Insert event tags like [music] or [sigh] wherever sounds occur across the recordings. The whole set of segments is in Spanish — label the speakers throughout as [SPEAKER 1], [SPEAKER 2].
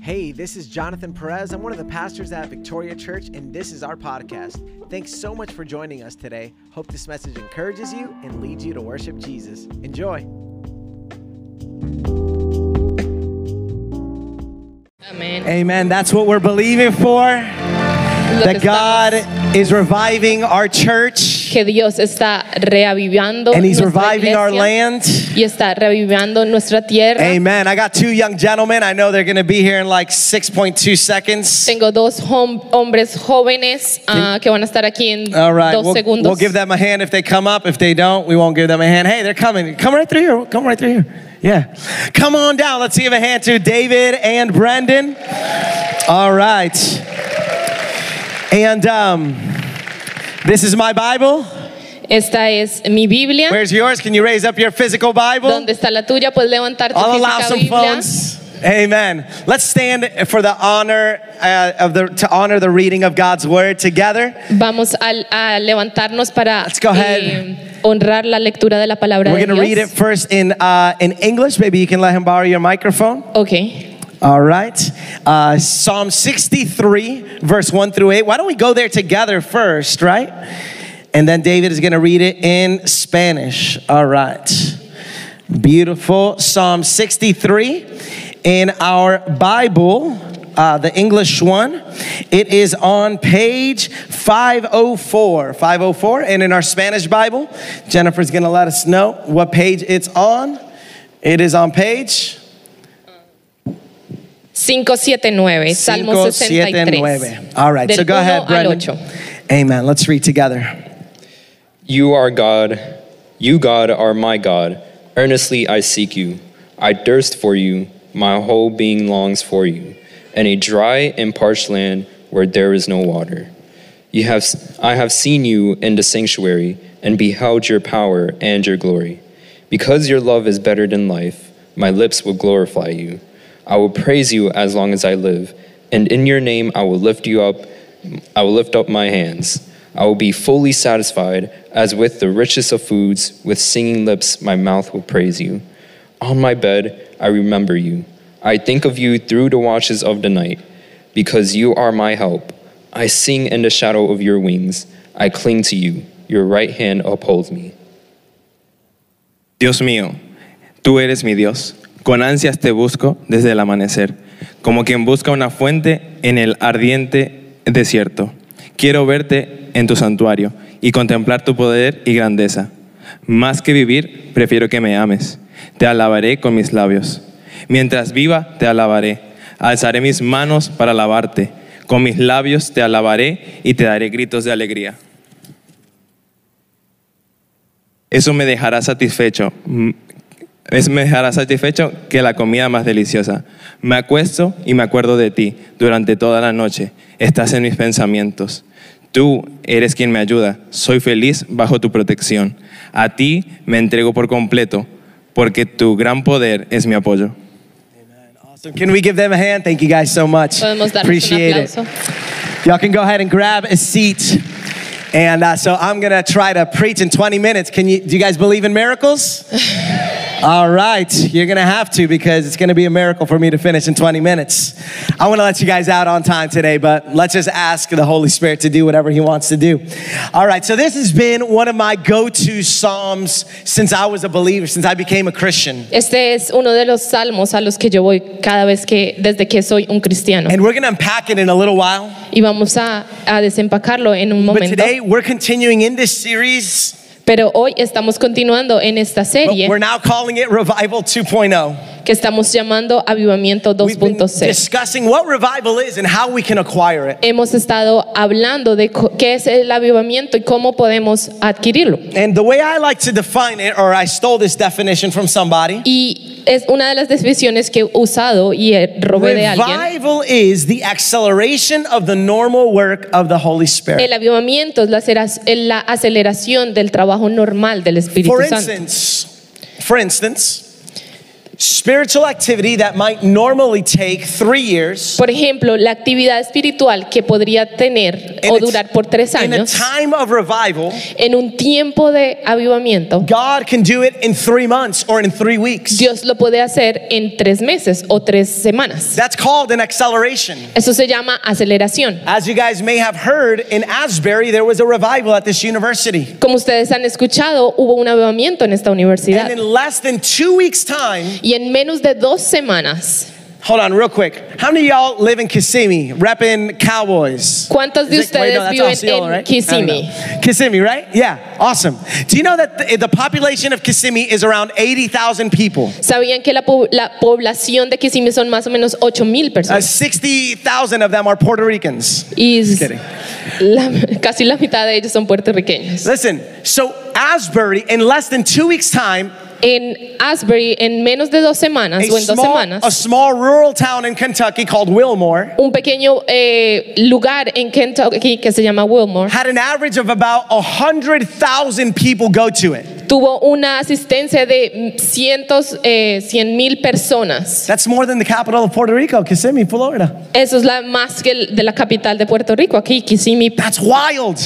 [SPEAKER 1] Hey, this is Jonathan Perez. I'm one of the pastors at Victoria Church, and this is our podcast. Thanks so much for joining us today. Hope this message encourages you and leads you to worship Jesus. Enjoy.
[SPEAKER 2] Amén.
[SPEAKER 1] Amen. That's what we're believing for.
[SPEAKER 2] Lo que
[SPEAKER 1] That God
[SPEAKER 2] estamos-
[SPEAKER 1] is reviving our church
[SPEAKER 2] que Dios está reavivando
[SPEAKER 1] and He's
[SPEAKER 2] nuestra
[SPEAKER 1] reviving our
[SPEAKER 2] iglesia
[SPEAKER 1] land.
[SPEAKER 2] y está reavivando nuestra tierra.
[SPEAKER 1] Amen. I got two young gentlemen. I know they're going to be here in like 6.2 seconds.
[SPEAKER 2] Tengo dos hom- hombres jóvenes ah, que van a estar aquí en
[SPEAKER 1] All right,
[SPEAKER 2] dos
[SPEAKER 1] we'll,
[SPEAKER 2] segundos.
[SPEAKER 1] we'll give them a hand if they come up. If they don't, we won't give them a hand. Hey, they're coming. Come right through here. Come right through here. Yeah. Come on down. Let's give a hand to David and Brendan. All right. And um, this is my Bible.
[SPEAKER 2] Esta es mi Biblia.
[SPEAKER 1] Where's yours? Can you raise up your physical Bible?
[SPEAKER 2] ¿Dónde está la tuya? Puedes levantar tu
[SPEAKER 1] I'll allow
[SPEAKER 2] física
[SPEAKER 1] some
[SPEAKER 2] Biblia.
[SPEAKER 1] phones. Amen. Let's stand for the honor uh, of the to honor the reading of God's word together.
[SPEAKER 2] Vamos a, a levantarnos para
[SPEAKER 1] Let's go ahead.
[SPEAKER 2] eh, honrar la lectura de la palabra
[SPEAKER 1] We're
[SPEAKER 2] de
[SPEAKER 1] going to
[SPEAKER 2] Dios.
[SPEAKER 1] read it first in, uh, in English. Maybe you can let him borrow your microphone.
[SPEAKER 2] Ok.
[SPEAKER 1] All right. Uh, Psalm 63, verse 1 through 8. Why don't we go there together first, right? And then David is going to read it in Spanish. All right. Beautiful. Psalm 63 in our Bible. Uh, the English one. It is on page 504. 504. And in our Spanish Bible, Jennifer's going to let us know what page it's on. It is on page
[SPEAKER 2] 579, Salmo
[SPEAKER 1] Cinco,
[SPEAKER 2] 63.
[SPEAKER 1] siete, nueve. All right,
[SPEAKER 2] Del
[SPEAKER 1] so go
[SPEAKER 2] uno
[SPEAKER 1] ahead,
[SPEAKER 2] al
[SPEAKER 1] Brendan.
[SPEAKER 2] ocho.
[SPEAKER 1] Amen. Let's read together.
[SPEAKER 3] You are God. You, God, are my God. Earnestly I seek you. I thirst for you. My whole being longs for you. In a dry and parched land where there is no water. You have, I have seen you in the sanctuary and beheld your power and your glory. Because your love is better than life, my lips will glorify you. I will praise you as long as I live, and in your name I will lift you up. I will lift up my hands. I will be fully satisfied as with the richest of foods. With singing lips, my mouth will praise you. On my bed, I remember you. I think of you through the watches of the night, because you are my help. I sing in the shadow of your wings. I cling to you. Your right hand upholds me.
[SPEAKER 4] Dios mío, tú eres mi Dios. Con ansias te busco desde el amanecer, como quien busca una fuente en el ardiente desierto. Quiero verte en tu santuario y contemplar tu poder y grandeza. Más que vivir, prefiero que me ames. Te alabaré con mis labios. Mientras viva, te alabaré. Alzaré mis manos para alabarte. Con mis labios te alabaré y te daré gritos de alegría. Eso me dejará satisfecho. Mm, Eso me dejará satisfecho que la comida más deliciosa. Me acuesto y me acuerdo de ti durante toda la noche. Estás en mis pensamientos. Tú eres quien me ayuda. Soy feliz bajo tu protección. A ti me entrego por completo, porque tu gran poder es mi apoyo.
[SPEAKER 1] Awesome. Can we give them a hand? Thank you guys so much.
[SPEAKER 2] Podemos darles un
[SPEAKER 1] Appreciate it.
[SPEAKER 2] aplauso.
[SPEAKER 1] Y'all can go ahead and grab a seat. And uh, so I'm gonna try to preach in 20 minutes. Can you? Do you guys believe in miracles? All right, you're gonna have to because it's gonna be a miracle for me to finish in 20 minutes. I wanna let you guys out on time today, but let's just ask the Holy Spirit to do whatever He wants to do. All right, so this has been one of my go to Psalms since I was a believer, since I became a Christian.
[SPEAKER 2] Este es uno de los salmos a los que yo voy cada vez que, desde que soy un cristiano.
[SPEAKER 1] And we're gonna unpack it in a little while.
[SPEAKER 2] Y vamos a, a desempacarlo en un
[SPEAKER 1] But
[SPEAKER 2] momento.
[SPEAKER 1] today we're continuing in this series.
[SPEAKER 2] Pero hoy estamos continuando en esta
[SPEAKER 1] But
[SPEAKER 2] serie
[SPEAKER 1] we're now calling it Revival 2.0.
[SPEAKER 2] que estamos llamando Avivamiento
[SPEAKER 1] We've been
[SPEAKER 2] 2.0.
[SPEAKER 1] discussing what revival is and how we can acquire it.
[SPEAKER 2] Hemos estado hablando de co- qué es el avivamiento y cómo podemos adquirirlo.
[SPEAKER 1] And the way I like to define it, or I stole this definition from somebody,
[SPEAKER 2] Y es una de las definiciones que he usado y eh, robé de alguien.
[SPEAKER 1] revival is the acceleration of the normal work of the Holy
[SPEAKER 2] El
[SPEAKER 1] Spirit.
[SPEAKER 2] avivamiento es la acera- la aceleración del trabajo normal del Espíritu
[SPEAKER 1] For
[SPEAKER 2] Santo.
[SPEAKER 1] instance, for instance, Spiritual activity that might normally take three years.
[SPEAKER 2] Por ejemplo, la actividad espiritual que podría tener
[SPEAKER 1] in
[SPEAKER 2] o
[SPEAKER 1] a-
[SPEAKER 2] durar por tres
[SPEAKER 1] In a
[SPEAKER 2] años,
[SPEAKER 1] time of revival,
[SPEAKER 2] en un tiempo de avivamiento,
[SPEAKER 1] God can do it in three months or in three weeks.
[SPEAKER 2] Dios lo puede hacer en tres meses o tres semanas.
[SPEAKER 1] That's called an acceleration.
[SPEAKER 2] Eso se llama aceleración.
[SPEAKER 1] As you guys may have heard, in Asbury there was a revival at this university.
[SPEAKER 2] Como ustedes han escuchado, hubo un avivamiento en esta universidad.
[SPEAKER 1] And in less than two weeks' time,
[SPEAKER 2] Y en menos de dos semanas,
[SPEAKER 1] hold on real quick. How many of y'all live in Kissimmee, repping Cowboys?
[SPEAKER 2] ¿cuántos de
[SPEAKER 1] Is it- wait, no,
[SPEAKER 2] ustedes
[SPEAKER 1] that's
[SPEAKER 2] viven
[SPEAKER 1] Osceola,
[SPEAKER 2] en
[SPEAKER 1] right? I
[SPEAKER 2] Kissimmee?
[SPEAKER 1] don't know. Kissimmee, right? Yeah, awesome. Do you know that the, the population of Kissimmee is around 80,000 people?
[SPEAKER 2] ¿Sabían que la, po- la población de Kissimmee son más o menos 8 mil
[SPEAKER 1] Uh,
[SPEAKER 2] personas?
[SPEAKER 1] 60,000 of them are Puerto Ricans.
[SPEAKER 2] Y
[SPEAKER 1] kidding.
[SPEAKER 2] la- [laughs] casi la mitad de ellos son puertorriqueños.
[SPEAKER 1] Listen, so Asbury, in less than two weeks' time,
[SPEAKER 2] En Asbury, en menos de dos semanas
[SPEAKER 1] a
[SPEAKER 2] o en dos
[SPEAKER 1] small,
[SPEAKER 2] semanas,
[SPEAKER 1] a small rural town in Kentucky called Wilmore
[SPEAKER 2] un pequeño eh, lugar en Kentucky que se llama Wilmore
[SPEAKER 1] had an average of about 100,000 people go to it.
[SPEAKER 2] tuvo una asistencia de cientos, eh, cien mil personas.
[SPEAKER 1] That's more than the capital of Puerto Rico, Kissimmee, Florida.
[SPEAKER 2] Eso es la más que el- de la capital de Puerto Rico, aquí Kissimmee.
[SPEAKER 1] That's wild.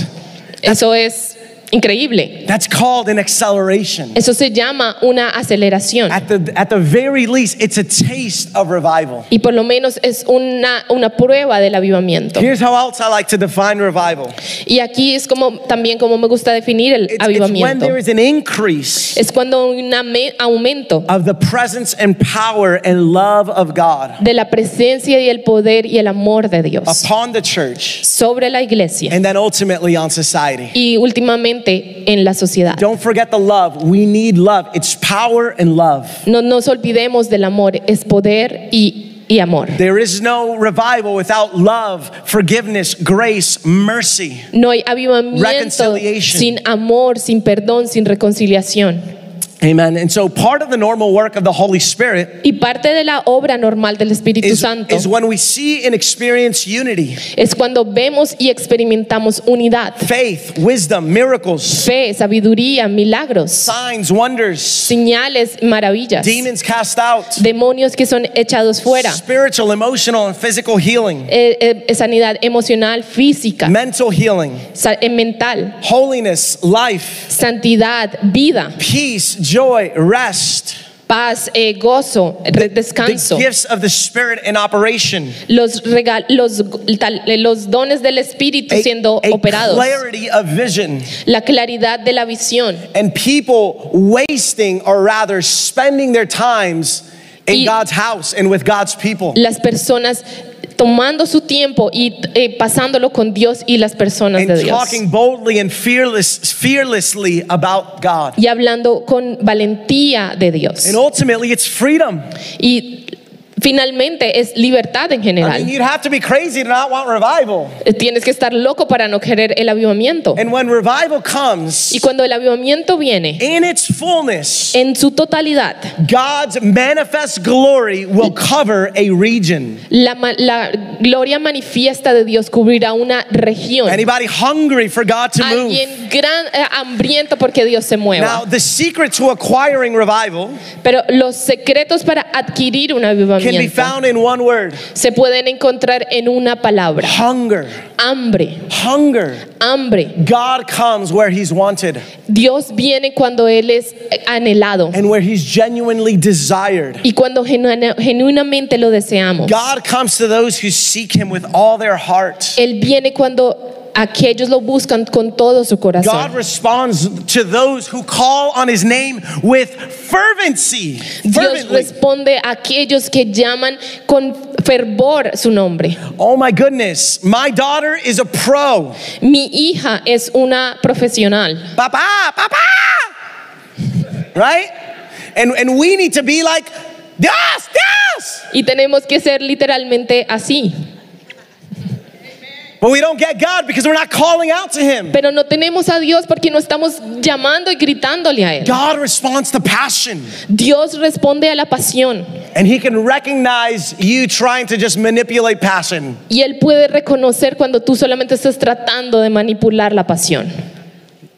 [SPEAKER 2] Eso es increíble.
[SPEAKER 1] That's called an acceleration.
[SPEAKER 2] Eso se llama una aceleración.
[SPEAKER 1] At the, at the very least, it's a taste of revival.
[SPEAKER 2] Y por lo menos es una, una prueba del avivamiento.
[SPEAKER 1] Here's how else I like to define revival
[SPEAKER 2] Y aquí es como también como me gusta definir el
[SPEAKER 1] it's, it's when
[SPEAKER 2] avivamiento.
[SPEAKER 1] there is an increase
[SPEAKER 2] Es cuando un ame- aumento
[SPEAKER 1] of the presence and power and love of God
[SPEAKER 2] de la presencia y el poder y el amor de Dios
[SPEAKER 1] upon the church
[SPEAKER 2] sobre la iglesia
[SPEAKER 1] and then ultimately on society.
[SPEAKER 2] y últimamente en la sociedad.
[SPEAKER 1] Don't forget the love. We need love. It's power and love.
[SPEAKER 2] No nos olvidemos del amor, es poder y, y amor.
[SPEAKER 1] There is no revival without love, forgiveness, grace, mercy.
[SPEAKER 2] No hay avivamiento
[SPEAKER 1] Reconciliation.
[SPEAKER 2] sin amor, sin perdón, sin reconciliación.
[SPEAKER 1] Amen. And so part of the normal work of the Holy Spirit
[SPEAKER 2] Y parte de la obra normal del Espíritu
[SPEAKER 1] is,
[SPEAKER 2] Santo
[SPEAKER 1] is when we see and experience unity,
[SPEAKER 2] es cuando vemos y experimentamos unidad,
[SPEAKER 1] faith, wisdom, miracles,
[SPEAKER 2] fe, sabiduría, milagros,
[SPEAKER 1] signs, wonders,
[SPEAKER 2] señales, maravillas,
[SPEAKER 1] demons cast out,
[SPEAKER 2] demonios que son echados fuera,
[SPEAKER 1] spiritual, emotional, and physical healing,
[SPEAKER 2] eh, eh, sanidad emocional, física,
[SPEAKER 1] mental healing,
[SPEAKER 2] sa- eh, mental,
[SPEAKER 1] holiness, life,
[SPEAKER 2] santidad, vida,
[SPEAKER 1] peace, joy, rest.
[SPEAKER 2] paz, eh, gozo, re-
[SPEAKER 1] The
[SPEAKER 2] descanso.
[SPEAKER 1] gifts of the Spirit in operation.
[SPEAKER 2] los, regal- los, tal- eh, los dones del Espíritu siendo
[SPEAKER 1] a
[SPEAKER 2] operados,
[SPEAKER 1] clarity of vision
[SPEAKER 2] la claridad de la visión
[SPEAKER 1] and people wasting or rather spending their times in
[SPEAKER 2] Y-
[SPEAKER 1] God's house and with God's people.
[SPEAKER 2] las personas tomando su tiempo y eh, pasándolo con Dios y las personas de
[SPEAKER 1] And
[SPEAKER 2] Dios
[SPEAKER 1] talking boldly and fearless, fearlessly about God.
[SPEAKER 2] y hablando con valentía de Dios
[SPEAKER 1] And ultimately, it's freedom.
[SPEAKER 2] y finalmente es libertad en
[SPEAKER 1] I mean,
[SPEAKER 2] general
[SPEAKER 1] you'd have to be crazy to not want revival.
[SPEAKER 2] Eh, tienes que estar loco para no querer el avivamiento
[SPEAKER 1] And when revival comes
[SPEAKER 2] y Eh. cuando el avivamiento viene
[SPEAKER 1] in its fullness,
[SPEAKER 2] en su totalidad
[SPEAKER 1] God's manifest glory will cover a region.
[SPEAKER 2] la, ma- la gloria manifiesta de Dios cubrirá una región
[SPEAKER 1] Anybody hungry for God to move?
[SPEAKER 2] alguien gran eh, hambriento porque Dios se
[SPEAKER 1] Now,
[SPEAKER 2] mueva.
[SPEAKER 1] the secret to acquiring revival
[SPEAKER 2] Pero los secretos para adquirir un
[SPEAKER 1] can be
[SPEAKER 2] avivamiento
[SPEAKER 1] found in one word
[SPEAKER 2] se pueden encontrar en una palabra:
[SPEAKER 1] hunger.
[SPEAKER 2] hambre,
[SPEAKER 1] Hunger.
[SPEAKER 2] hambre.
[SPEAKER 1] God comes where He's wanted
[SPEAKER 2] Dios viene cuando él es eh, anhelado
[SPEAKER 1] and where He's genuinely desired.
[SPEAKER 2] y cuando genu- genuinamente lo deseamos.
[SPEAKER 1] God comes to those who seek Him with all their heart.
[SPEAKER 2] Él viene cuando aquellos lo buscan con todo su
[SPEAKER 1] God
[SPEAKER 2] corazón.
[SPEAKER 1] responds to those who call on His name with fervency.
[SPEAKER 2] Dios
[SPEAKER 1] Fervently.
[SPEAKER 2] responde a aquellos que llaman con fervor su nombre.
[SPEAKER 1] Oh my goodness, my daughter is a pro.
[SPEAKER 2] Mi hija es una profesional.
[SPEAKER 1] Papa, papa. Right? And and we need to be like Dios, Dios.
[SPEAKER 2] Y tenemos que ser literalmente así.
[SPEAKER 1] But we don't get God because we're not calling out to him.
[SPEAKER 2] Pero no tenemos a Dios porque no estamos llamando y gritándole a Él.
[SPEAKER 1] God responds to passion
[SPEAKER 2] Dios responde a la pasión
[SPEAKER 1] and he can recognize you trying to just manipulate passion.
[SPEAKER 2] y Él puede reconocer cuando tú solamente estás tratando de manipular la pasión.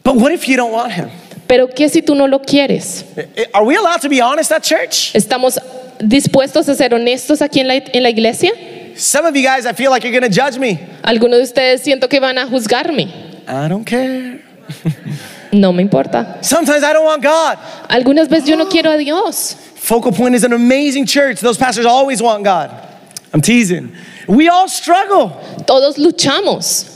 [SPEAKER 1] But what if you don't want him?
[SPEAKER 2] Pero ¿qué si tú no lo quieres?
[SPEAKER 1] Are we allowed to be honest at church?
[SPEAKER 2] ¿Estamos dispuestos a ser honestos aquí en la, en la iglesia?
[SPEAKER 1] Some of you guys, I feel like you're going to judge me.
[SPEAKER 2] Algunos de ustedes siento que van a juzgarme.
[SPEAKER 1] I don't care.
[SPEAKER 2] No me importa.
[SPEAKER 1] Sometimes I don't want God.
[SPEAKER 2] Algunas veces yo no quiero a Dios.
[SPEAKER 1] Focal Point is an amazing church. Those pastors always want God. I'm teasing. We all struggle.
[SPEAKER 2] Todos luchamos.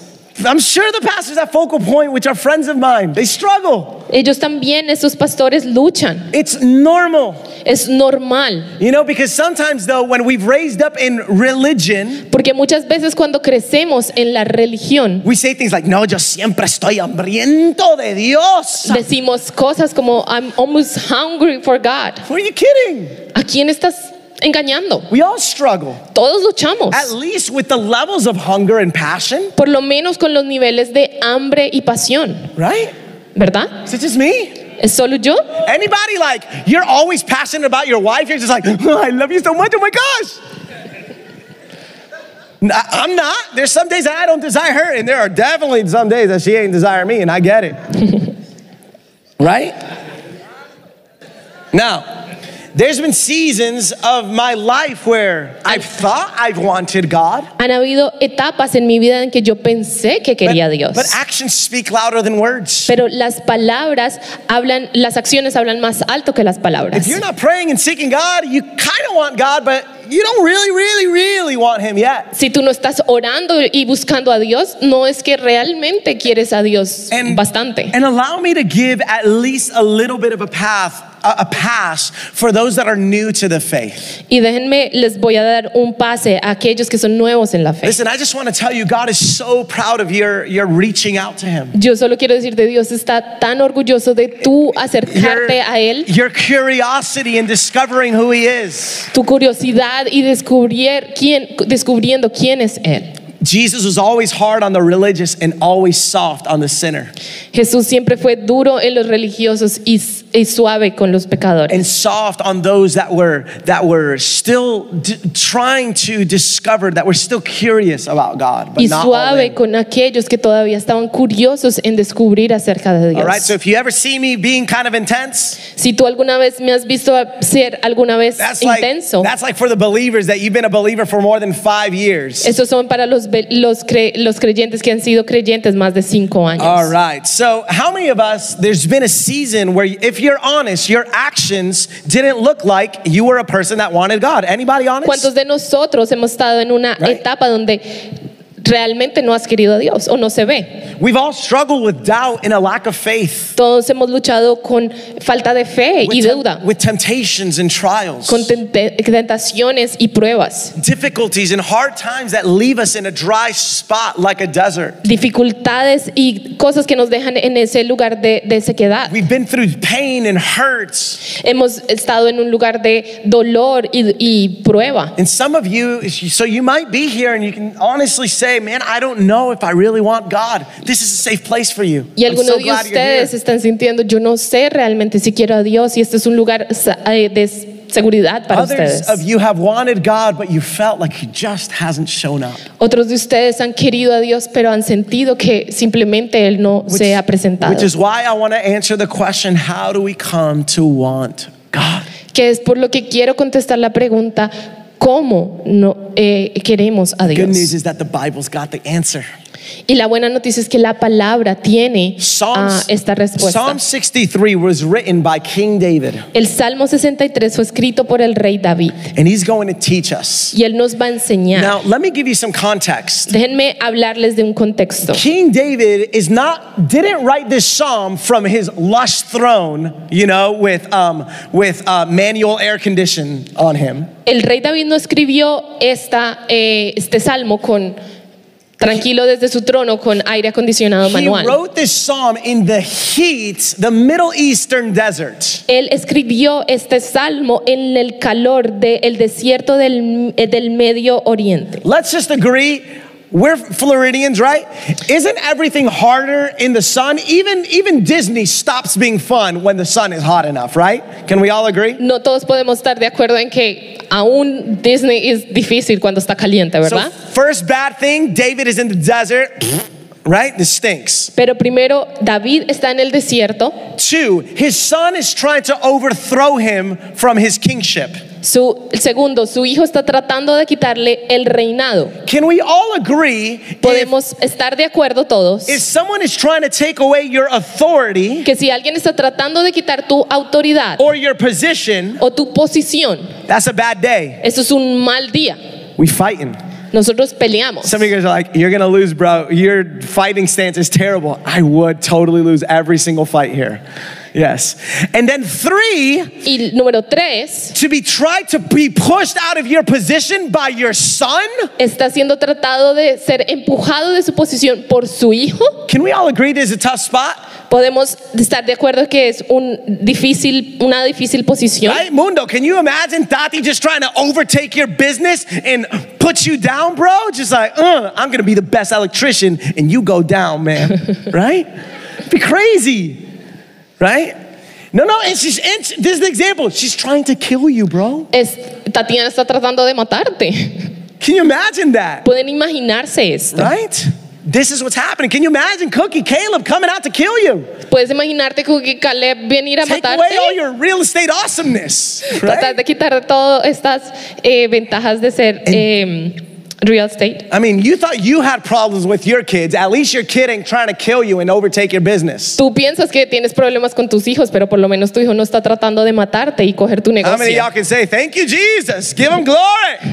[SPEAKER 1] I'm sure the pastors at Focal Point, which are friends of mine, they struggle.
[SPEAKER 2] Ellos también, esos pastores, luchan.
[SPEAKER 1] It's normal.
[SPEAKER 2] Es normal.
[SPEAKER 1] You know, because sometimes, though, when we've raised up in religion,
[SPEAKER 2] Porque muchas veces cuando crecemos en la religión,
[SPEAKER 1] we say things like, No, yo siempre estoy hambriento de Dios.
[SPEAKER 2] decimos cosas como I'm almost hungry for God.
[SPEAKER 1] Who are you kidding?
[SPEAKER 2] ¿A quién estás engañando?
[SPEAKER 1] We all struggle,
[SPEAKER 2] Todos luchamos.
[SPEAKER 1] at least with the levels of hunger and passion,
[SPEAKER 2] Por lo menos con los niveles de hambre y pasión,
[SPEAKER 1] right?
[SPEAKER 2] ¿verdad?
[SPEAKER 1] Is it just me?
[SPEAKER 2] ¿Es solo yo?
[SPEAKER 1] Anybody like, you're always passionate about your wife, you're just like, "Oh, I love you so much, oh my gosh. N- I- I'm not. There's some days that I don't desire her, and there are definitely some days that she ain't desire me, and I get it. right? Now, there's been seasons of my life where I've thought I've wanted God,
[SPEAKER 2] Han habido etapas en mi vida en que yo pensé que
[SPEAKER 1] but,
[SPEAKER 2] quería a Dios.
[SPEAKER 1] but actions speak louder than words.
[SPEAKER 2] Pero las palabras hablan, las acciones hablan más alto que las
[SPEAKER 1] If
[SPEAKER 2] palabras.
[SPEAKER 1] you're not praying and seeking God, you kind of want God, but you don't really, really, really want Him yet.
[SPEAKER 2] Si tú no estás orando y buscando a Dios, no es que realmente quieres a Dios bastante.
[SPEAKER 1] And allow me to give at least a little bit of a path, a, a pass for those that are new to the faith.
[SPEAKER 2] Y déjenme, les voy a dar un pase a aquellos que son nuevos en la fe.
[SPEAKER 1] Listen, I just want to tell you, God is so proud of your, your reaching out to Him.
[SPEAKER 2] Yo solo quiero decirte, Dios está tan orgulloso de tú
[SPEAKER 1] Your,
[SPEAKER 2] acercarte a Él,
[SPEAKER 1] your curiosity in discovering who He is.
[SPEAKER 2] tu curiosidad y descubrir quién, descubriendo quién es Él.
[SPEAKER 1] Jesus was always hard on the religious and always soft on the sinner,
[SPEAKER 2] Jesús siempre fue duro en los religiosos y, y suave con los pecadores.
[SPEAKER 1] and soft on those that were that were still d- trying to discover, that were still curious about God, but
[SPEAKER 2] Y
[SPEAKER 1] not all in.
[SPEAKER 2] suave con aquellos que todavía estaban curiosos en descubrir acerca de
[SPEAKER 1] All
[SPEAKER 2] Dios.
[SPEAKER 1] right, so if you ever see me being kind of intense,
[SPEAKER 2] Si tú alguna vez me has visto ser alguna vez
[SPEAKER 1] that's like
[SPEAKER 2] intenso,
[SPEAKER 1] that's like for the believers that you've been a believer for more than five years.
[SPEAKER 2] esos son para los, ve- los, cre- los creyentes que han sido creyentes más de cinco años.
[SPEAKER 1] All right. So, how many of us there's been a season where if you're honest, your actions didn't look like you were a person that wanted God. Anybody honest?
[SPEAKER 2] ¿Cuántos de nosotros hemos estado en una
[SPEAKER 1] Right.
[SPEAKER 2] etapa donde realmente no has querido a Dios o no se ve?
[SPEAKER 1] We've all struggled with doubt and a lack of faith.
[SPEAKER 2] Todos hemos luchado con falta de fe y
[SPEAKER 1] With, tem-
[SPEAKER 2] deuda,
[SPEAKER 1] with temptations and trials.
[SPEAKER 2] con tente- tentaciones y pruebas.
[SPEAKER 1] difficulties and hard times that leave us in a dry spot like a desert.
[SPEAKER 2] dificultades y cosas que nos dejan en ese lugar de, de sequedad.
[SPEAKER 1] We've been through pain and hurts.
[SPEAKER 2] Hemos estado en un lugar de dolor y, y prueba.
[SPEAKER 1] And some of you, so you might be here and you can honestly say, man, I don't know if I really want God. This is a safe place for you.
[SPEAKER 2] Y
[SPEAKER 1] I'm
[SPEAKER 2] algunos
[SPEAKER 1] so
[SPEAKER 2] de
[SPEAKER 1] glad you're here.
[SPEAKER 2] ustedes están sintiendo, yo no sé realmente si quiero a Dios y este es un lugar sa- eh, de s- seguridad para
[SPEAKER 1] Others of
[SPEAKER 2] ustedes.
[SPEAKER 1] you have wanted God, but you felt like He just hasn't shown up.
[SPEAKER 2] Otros de ustedes han querido a Dios, pero han sentido que simplemente Él no se ha presentado.
[SPEAKER 1] Which is why I want to answer the question how do we come to want God?
[SPEAKER 2] Que es por lo que quiero contestar la pregunta, ¿cómo no eh, queremos a
[SPEAKER 1] Good news
[SPEAKER 2] Dios?
[SPEAKER 1] is that the Bible's got the answer.
[SPEAKER 2] Y la buena noticia es que la palabra tiene ah,
[SPEAKER 1] Psalms,
[SPEAKER 2] esta respuesta.
[SPEAKER 1] Psalm 63 was written by King David,
[SPEAKER 2] El Salmo 63 fue escrito por el rey David
[SPEAKER 1] and he's going to teach us.
[SPEAKER 2] y él nos va a enseñar.
[SPEAKER 1] Now, let me give you some context.
[SPEAKER 2] Déjenme hablarles de un contexto.
[SPEAKER 1] King David is not didn't write this psalm from his lush throne, you know, with um, with uh, manual air condition on him.
[SPEAKER 2] El rey David no escribió esta, eh, este salmo con tranquilo desde su trono con aire acondicionado
[SPEAKER 1] He
[SPEAKER 2] manual.
[SPEAKER 1] wrote this psalm in the heat, the Middle Eastern desert.
[SPEAKER 2] Él escribió este salmo en el calor del desierto del, eh, del Medio Oriente.
[SPEAKER 1] Let's just agree. We're Floridians, right? Isn't everything harder in the sun? Even even Disney stops being fun when the sun is hot enough, right? Can we all agree?
[SPEAKER 2] No todos podemos estar de acuerdo en que aún Disney es difícil cuando está caliente,
[SPEAKER 1] So
[SPEAKER 2] ¿verdad?
[SPEAKER 1] first bad thing, David is in the desert. right? This stinks.
[SPEAKER 2] Pero primero, David está en el desierto.
[SPEAKER 1] Two, his son is trying to overthrow him from his kingship.
[SPEAKER 2] Su, el segundo, su hijo está tratando de quitarle el reinado.
[SPEAKER 1] Can we all agree if,
[SPEAKER 2] Podemos estar de acuerdo todos
[SPEAKER 1] if someone is trying to take away your authority
[SPEAKER 2] que si alguien está tratando de quitar tu autoridad
[SPEAKER 1] or your position,
[SPEAKER 2] o tu posición,
[SPEAKER 1] that's a bad day.
[SPEAKER 2] eso es un mal día.
[SPEAKER 1] We fighting.
[SPEAKER 2] Nosotros peleamos.
[SPEAKER 1] Some of you guys are like, you're gonna lose, bro. Your fighting stance is terrible. I would totally lose every single fight here. Yes. And then three,
[SPEAKER 2] Y número tres,
[SPEAKER 1] to be tried to be pushed out of your position by your son.
[SPEAKER 2] está siendo tratado de ser empujado de su posición por su hijo.
[SPEAKER 1] Can we all agree this is a tough spot?
[SPEAKER 2] Podemos estar de acuerdo que es un difícil, una difícil posición.
[SPEAKER 1] Right? Mundo, can you imagine Tati just trying to overtake your business and put you down, bro? Just like, uh, I'm gonna be the best electrician and you go down, man. right? Be crazy. Right? No, no, and she's and she- this is the example. She's trying to kill you, bro.
[SPEAKER 2] Es, Tatiana está tratando de matarte. [laughs]
[SPEAKER 1] Can you imagine that?
[SPEAKER 2] Pueden imaginarse esto.
[SPEAKER 1] Right? This is what's happening. Can you imagine Cookie Caleb coming out to kill you?
[SPEAKER 2] Puedes imaginarte como que Caleb viene a ir a
[SPEAKER 1] Take
[SPEAKER 2] matarte.
[SPEAKER 1] away all your real estate awesomeness.
[SPEAKER 2] Tratar
[SPEAKER 1] Right?
[SPEAKER 2] de quitar todas estas eh, ventajas de ser eh, real estate.
[SPEAKER 1] I mean, you thought you had problems with your kids. At least your kid ain't trying to kill you and overtake your business.
[SPEAKER 2] Tú piensas que tienes problemas con tus hijos, pero por lo menos tu hijo no está tratando de matarte y coger tu
[SPEAKER 1] How many of
[SPEAKER 2] negocio.
[SPEAKER 1] y'all can say, Thank you, Jesus? Give him glory. [laughs]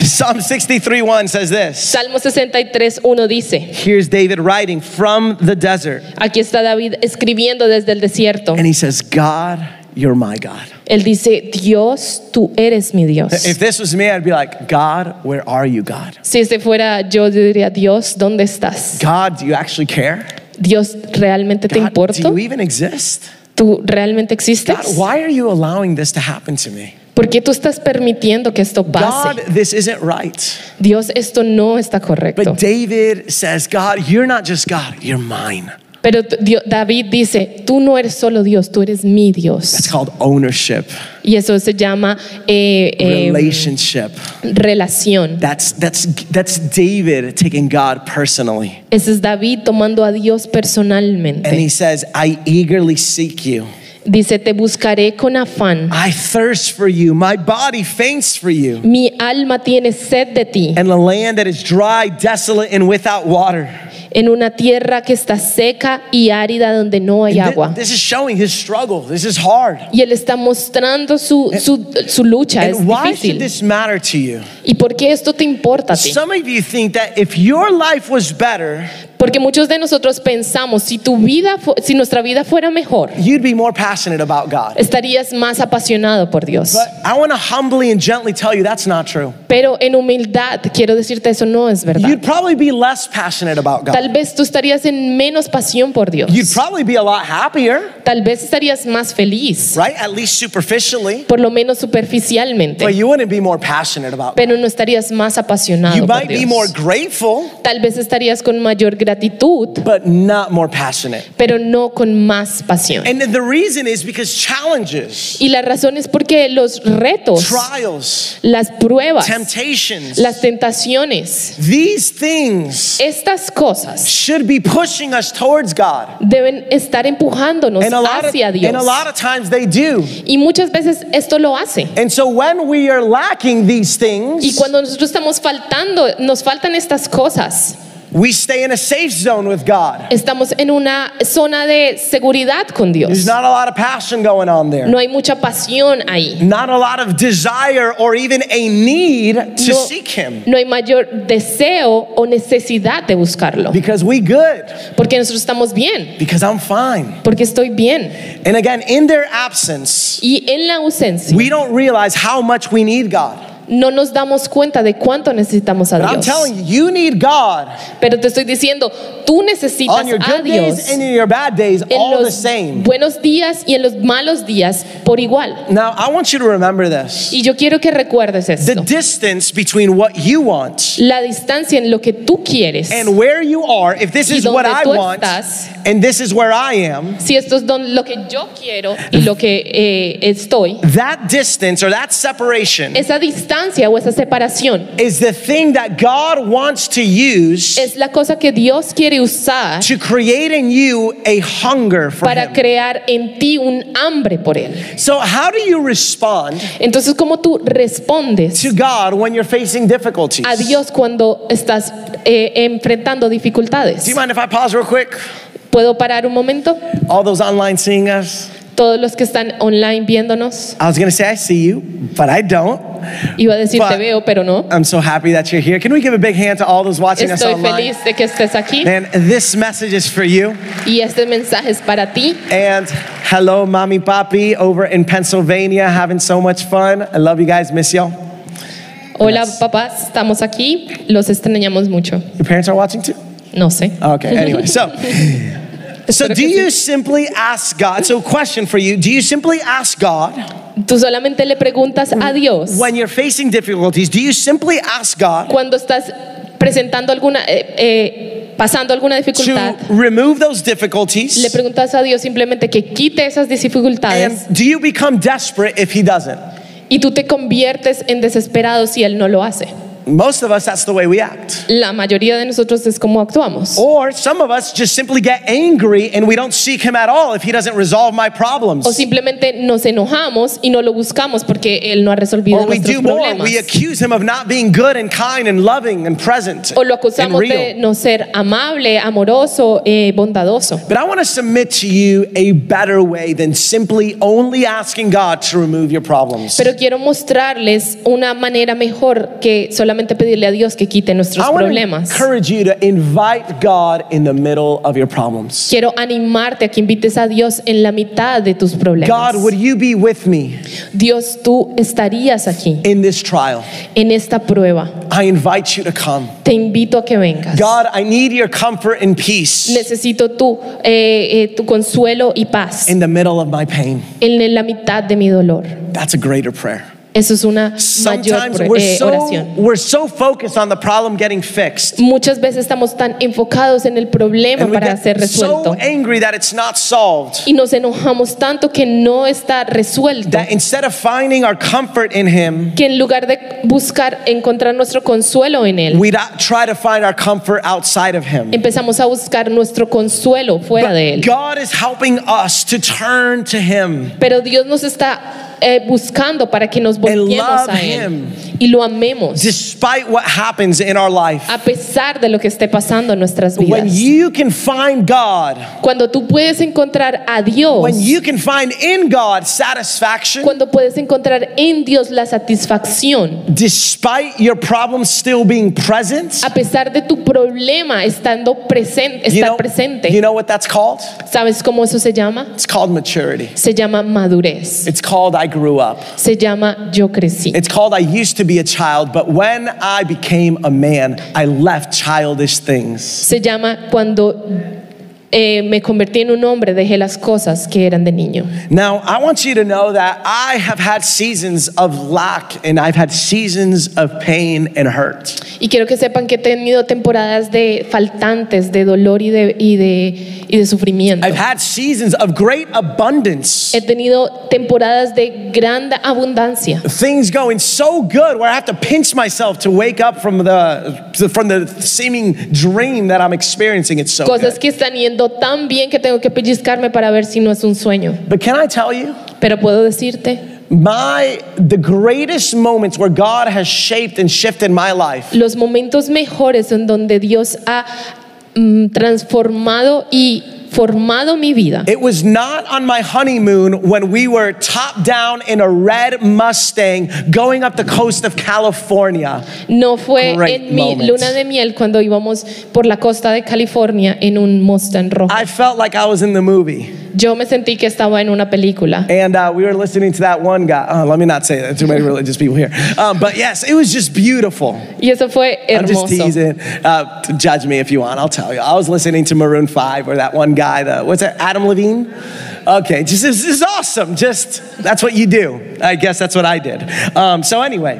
[SPEAKER 1] Psalm 63 1 says this.
[SPEAKER 2] Salmo 63, 1 dice,
[SPEAKER 1] Here's David writing from the desert.
[SPEAKER 2] aquí está David escribiendo desde el desierto.
[SPEAKER 1] And he says, God, you're my God.
[SPEAKER 2] Él dice, Dios, tú eres mi Dios.
[SPEAKER 1] If this was me, I'd be like, God, where are you, God?
[SPEAKER 2] Si este fuera yo, yo diría, Dios, ¿dónde estás?
[SPEAKER 1] God, do you actually care?
[SPEAKER 2] Dios, ¿realmente te
[SPEAKER 1] God, do
[SPEAKER 2] importo?
[SPEAKER 1] you even exist?
[SPEAKER 2] ¿Tú realmente existes?
[SPEAKER 1] God, why are you allowing this to happen to me?
[SPEAKER 2] ¿Por qué tú estás permitiendo que esto
[SPEAKER 1] God,
[SPEAKER 2] pase?
[SPEAKER 1] this isn't right.
[SPEAKER 2] Dios, esto no está correcto.
[SPEAKER 1] But David says, God, you're not just God, you're mine.
[SPEAKER 2] Pero t- Dio- David dice, tú no eres solo Dios, tú eres mi
[SPEAKER 1] That's
[SPEAKER 2] Dios.
[SPEAKER 1] called ownership,
[SPEAKER 2] Y eso se llama eh, eh,
[SPEAKER 1] relationship.
[SPEAKER 2] relación.
[SPEAKER 1] That's that's that's David taking God personally.
[SPEAKER 2] Ese es David tomando a Dios
[SPEAKER 1] And he
[SPEAKER 2] personalmente.
[SPEAKER 1] says, I eagerly seek you.
[SPEAKER 2] Dice, te buscaré con afán.
[SPEAKER 1] I thirst for you. My body faints for you.
[SPEAKER 2] Mi alma tiene sed de ti
[SPEAKER 1] And the land that is dry, desolate, and without water.
[SPEAKER 2] en una tierra que está seca y árida donde no hay
[SPEAKER 1] And thi-
[SPEAKER 2] agua.
[SPEAKER 1] This is showing his struggle. This is hard.
[SPEAKER 2] Y él está mostrando su, su, su lucha, es
[SPEAKER 1] And why should
[SPEAKER 2] difícil.
[SPEAKER 1] this matter to you?
[SPEAKER 2] ¿Y por qué esto te importa a ti?
[SPEAKER 1] Some of you think that if your life was better,
[SPEAKER 2] Porque muchos de nosotros pensamos, si tu vida, fu- si nuestra vida fuera mejor,
[SPEAKER 1] you'd be more passionate about God.
[SPEAKER 2] estarías más apasionado por Dios.
[SPEAKER 1] But I want to humbly and gently tell you that's not true.
[SPEAKER 2] Pero en humildad quiero decirte eso no es verdad.
[SPEAKER 1] You'd probably be less passionate about
[SPEAKER 2] Tal
[SPEAKER 1] God.
[SPEAKER 2] vez tú estarías en menos pasión por Dios.
[SPEAKER 1] You'd probably be a lot happier,
[SPEAKER 2] Tal vez estarías más feliz,
[SPEAKER 1] right? At least superficially.
[SPEAKER 2] por lo menos superficialmente,
[SPEAKER 1] But you wouldn't be more passionate about God.
[SPEAKER 2] pero no estarías más
[SPEAKER 1] You
[SPEAKER 2] apasionado por
[SPEAKER 1] might be
[SPEAKER 2] Dios.
[SPEAKER 1] more grateful,
[SPEAKER 2] Tal vez estarías con mayor gratitud,
[SPEAKER 1] but not more passionate.
[SPEAKER 2] pero no con más pasión.
[SPEAKER 1] And the reason is because challenges,
[SPEAKER 2] Y la razón es porque los retos,
[SPEAKER 1] trials,
[SPEAKER 2] las pruebas,
[SPEAKER 1] temptations,
[SPEAKER 2] las tentaciones,
[SPEAKER 1] these things
[SPEAKER 2] estas cosas
[SPEAKER 1] should be pushing us towards God.
[SPEAKER 2] deben estar empujándonos
[SPEAKER 1] And a lot of,
[SPEAKER 2] hacia
[SPEAKER 1] and a
[SPEAKER 2] Dios.
[SPEAKER 1] lot of times they do.
[SPEAKER 2] Y muchas veces esto lo hace.
[SPEAKER 1] And so when we are lacking these
[SPEAKER 2] Y
[SPEAKER 1] things,
[SPEAKER 2] cuando nosotros estamos faltando, nos faltan estas cosas.
[SPEAKER 1] we stay in a safe zone with God.
[SPEAKER 2] Estamos en una zona de seguridad con
[SPEAKER 1] There's
[SPEAKER 2] Dios.
[SPEAKER 1] not a lot of passion going on there.
[SPEAKER 2] No hay mucha pasión ahí.
[SPEAKER 1] Not a lot of desire or even a need to
[SPEAKER 2] No,
[SPEAKER 1] seek him.
[SPEAKER 2] no hay mayor deseo o necesidad de buscarlo.
[SPEAKER 1] Because we good.
[SPEAKER 2] Porque nosotros estamos bien.
[SPEAKER 1] Because I'm fine.
[SPEAKER 2] Porque estoy bien.
[SPEAKER 1] And again, in their absence,
[SPEAKER 2] Y en la ausencia
[SPEAKER 1] we don't realize how much we need God.
[SPEAKER 2] no nos damos cuenta de cuánto necesitamos a
[SPEAKER 1] But I'm
[SPEAKER 2] Dios.
[SPEAKER 1] telling you, you need God
[SPEAKER 2] Pero te estoy diciendo, tú necesitas
[SPEAKER 1] on your
[SPEAKER 2] a
[SPEAKER 1] good
[SPEAKER 2] Dios
[SPEAKER 1] days and in your bad days,
[SPEAKER 2] en
[SPEAKER 1] all the
[SPEAKER 2] los
[SPEAKER 1] same.
[SPEAKER 2] buenos días y en los malos días por igual.
[SPEAKER 1] Now, I want you to remember this.
[SPEAKER 2] Y yo quiero que recuerdes
[SPEAKER 1] The
[SPEAKER 2] esto.
[SPEAKER 1] distance between what you want
[SPEAKER 2] La distancia en lo que tú quieres.
[SPEAKER 1] and where you are, if this
[SPEAKER 2] Y
[SPEAKER 1] is what
[SPEAKER 2] donde
[SPEAKER 1] I
[SPEAKER 2] tú
[SPEAKER 1] want
[SPEAKER 2] estás.
[SPEAKER 1] and this is where I am,
[SPEAKER 2] Si esto es don- lo que yo quiero y lo que eh, estoy,
[SPEAKER 1] that distance or that separation
[SPEAKER 2] esa distancia o esa separación
[SPEAKER 1] is the thing that God wants to use
[SPEAKER 2] es la cosa que Dios quiere usar
[SPEAKER 1] to create in you a hunger for
[SPEAKER 2] para
[SPEAKER 1] Him.
[SPEAKER 2] crear en ti un hambre por Él.
[SPEAKER 1] So, how do you respond
[SPEAKER 2] Entonces, ¿cómo tú respondes
[SPEAKER 1] to God when you're facing difficulties?
[SPEAKER 2] a Dios cuando estás eh, enfrentando dificultades?
[SPEAKER 1] Do you mind if I pause real quick?
[SPEAKER 2] ¿Puedo parar un momento?
[SPEAKER 1] All those online seeing us.
[SPEAKER 2] Todos los que están online viéndonos,
[SPEAKER 1] I was going to say, I see you, but I don't.
[SPEAKER 2] iba a decir
[SPEAKER 1] But-
[SPEAKER 2] te veo, pero no.
[SPEAKER 1] I'm so happy that you're here. Can we give a big hand to all those watching us
[SPEAKER 2] Estoy
[SPEAKER 1] online? Eh,
[SPEAKER 2] feliz de que estés aquí
[SPEAKER 1] Man, this message is for you.
[SPEAKER 2] y este mensaje es para ti.
[SPEAKER 1] And hello, mommy, papi, over in Pennsylvania, having so much fun. I love you guys. Miss y'all.
[SPEAKER 2] Hola papás, estamos aquí, los extrañamos mucho.
[SPEAKER 1] Your parents are watching too.
[SPEAKER 2] No sé.
[SPEAKER 1] Okay. Anyway,
[SPEAKER 2] [laughs]
[SPEAKER 1] so so do you simply ask God? So, question for you: Do you simply ask God
[SPEAKER 2] Tú solamente le preguntas
[SPEAKER 1] Mm.
[SPEAKER 2] a Dios
[SPEAKER 1] when you're facing difficulties? Do you simply ask God
[SPEAKER 2] cuando estás presentando alguna, eh, eh, pasando alguna dificultad.
[SPEAKER 1] to remove those
[SPEAKER 2] Le
[SPEAKER 1] difficulties?
[SPEAKER 2] preguntas a Dios simplemente que quite esas dificultades
[SPEAKER 1] And do you become desperate if He doesn't?
[SPEAKER 2] y tú te conviertes en desesperado si Él no lo hace.
[SPEAKER 1] Most of us, that's the way we act.
[SPEAKER 2] La mayoría de nosotros es como actuamos.
[SPEAKER 1] Or some of us just simply get angry and we don't seek Him at all if He doesn't resolve my problems.
[SPEAKER 2] O simplemente nos enojamos y no lo buscamos porque Él no ha resolvido
[SPEAKER 1] Or we
[SPEAKER 2] nuestros
[SPEAKER 1] do more,
[SPEAKER 2] problemas.
[SPEAKER 1] we accuse Him of not being good and kind and loving and present
[SPEAKER 2] O lo
[SPEAKER 1] and
[SPEAKER 2] acusamos de
[SPEAKER 1] real.
[SPEAKER 2] no ser amable, amoroso, eh, bondadoso.
[SPEAKER 1] But I want to submit to you a better way than simply only asking God to remove your problems.
[SPEAKER 2] Pero quiero mostrarles una manera mejor que solamente pedirle a Dios que quite nuestros
[SPEAKER 1] I want to
[SPEAKER 2] problemas.
[SPEAKER 1] encourage you to invite God in the middle of your problems.
[SPEAKER 2] Quiero animarte a que invites a Dios en la mitad de tus problemas.
[SPEAKER 1] God, would you be with me
[SPEAKER 2] Dios, tú estarías aquí
[SPEAKER 1] in this trial?
[SPEAKER 2] en esta prueba.
[SPEAKER 1] I invite you to come.
[SPEAKER 2] Te invito a que vengas.
[SPEAKER 1] God, I need your comfort and peace
[SPEAKER 2] Necesito tu, eh, eh, tu consuelo y paz
[SPEAKER 1] in the middle of my pain.
[SPEAKER 2] en la mitad de mi dolor.
[SPEAKER 1] That's a greater prayer.
[SPEAKER 2] Eso es una mayor
[SPEAKER 1] Sometimes
[SPEAKER 2] pro-
[SPEAKER 1] we're
[SPEAKER 2] eh,
[SPEAKER 1] so,
[SPEAKER 2] oración.
[SPEAKER 1] we're so focused on the problem getting fixed.
[SPEAKER 2] Muchas veces estamos tan enfocados en el problema
[SPEAKER 1] And we
[SPEAKER 2] para ser
[SPEAKER 1] get so
[SPEAKER 2] resuelto
[SPEAKER 1] angry that it's not solved.
[SPEAKER 2] y nos enojamos tanto que no está resuelto
[SPEAKER 1] that instead of finding our comfort in him
[SPEAKER 2] que en lugar de buscar encontrar nuestro consuelo en él
[SPEAKER 1] we not try to find our comfort outside of him
[SPEAKER 2] empezamos a buscar nuestro consuelo fuera de
[SPEAKER 1] but
[SPEAKER 2] él
[SPEAKER 1] god is helping us to turn to him
[SPEAKER 2] pero Dios nos está eh, buscando para que nos volviéramos
[SPEAKER 1] love
[SPEAKER 2] a él
[SPEAKER 1] him.
[SPEAKER 2] y lo amemos
[SPEAKER 1] despite what happens in our life
[SPEAKER 2] a pesar de lo que esté pasando en nuestras vidas
[SPEAKER 1] when you can find god
[SPEAKER 2] cuando tú puedes encontrar a Dios
[SPEAKER 1] when you can find in god satisfaction
[SPEAKER 2] cuando puedes encontrar en Dios la satisfacción
[SPEAKER 1] despite your problems still being present
[SPEAKER 2] a pesar de tu problema estando presente
[SPEAKER 1] you
[SPEAKER 2] estar
[SPEAKER 1] know,
[SPEAKER 2] presente
[SPEAKER 1] you know what that's called
[SPEAKER 2] ¿sabes cómo eso se llama?
[SPEAKER 1] it's called maturity
[SPEAKER 2] se llama madurez
[SPEAKER 1] it's called i grew up
[SPEAKER 2] se llama yo crecí
[SPEAKER 1] It's called I used to be a child, but when I became a man, I left childish things.
[SPEAKER 2] se llama cuando eh, me convertí en un hombre dejé las cosas que eran de niño
[SPEAKER 1] Now, I want you to know that I have had seasons of lack and I've had seasons of pain and hurt.
[SPEAKER 2] y quiero que sepan que he tenido temporadas de faltantes de dolor y de, y de, y de sufrimiento
[SPEAKER 1] I've had seasons of great abundance.
[SPEAKER 2] he tenido temporadas de gran abundancia
[SPEAKER 1] Things going so good where I have to pinch myself to wake up from the from the seeming dream that I'm experiencing. It's so
[SPEAKER 2] cosas
[SPEAKER 1] good.
[SPEAKER 2] que están yendo tan bien que tengo que pellizcarme para ver si no es un sueño.
[SPEAKER 1] But can I tell you,
[SPEAKER 2] Pero puedo decirte,
[SPEAKER 1] my the greatest moments where God has shaped and shifted my life
[SPEAKER 2] los momentos mejores en donde Dios ha mm, transformado y formado mi vida.
[SPEAKER 1] It was not on my honeymoon when we were top down in a red Mustang going up the coast of California.
[SPEAKER 2] No fue
[SPEAKER 1] Great
[SPEAKER 2] en mi
[SPEAKER 1] moment.
[SPEAKER 2] luna de miel cuando íbamos por la costa de California en un Mustang rojo.
[SPEAKER 1] Ah. I felt like I was in the movie.
[SPEAKER 2] Yo me sentí que estaba en una película.
[SPEAKER 1] And uh, we were listening to that one guy. Oh, let me not say that. Too many religious people here. Um, but yes, it was just beautiful.
[SPEAKER 2] Y eso fue
[SPEAKER 1] I'm just
[SPEAKER 2] hermoso.
[SPEAKER 1] teasing. Uh, t- judge me if you want. I'll tell you. I was listening to Maroon Five or that one guy. The what's that? Adam Levine. Okay, just this is awesome. Just that's what you do. I guess that's what I did. Um, so anyway,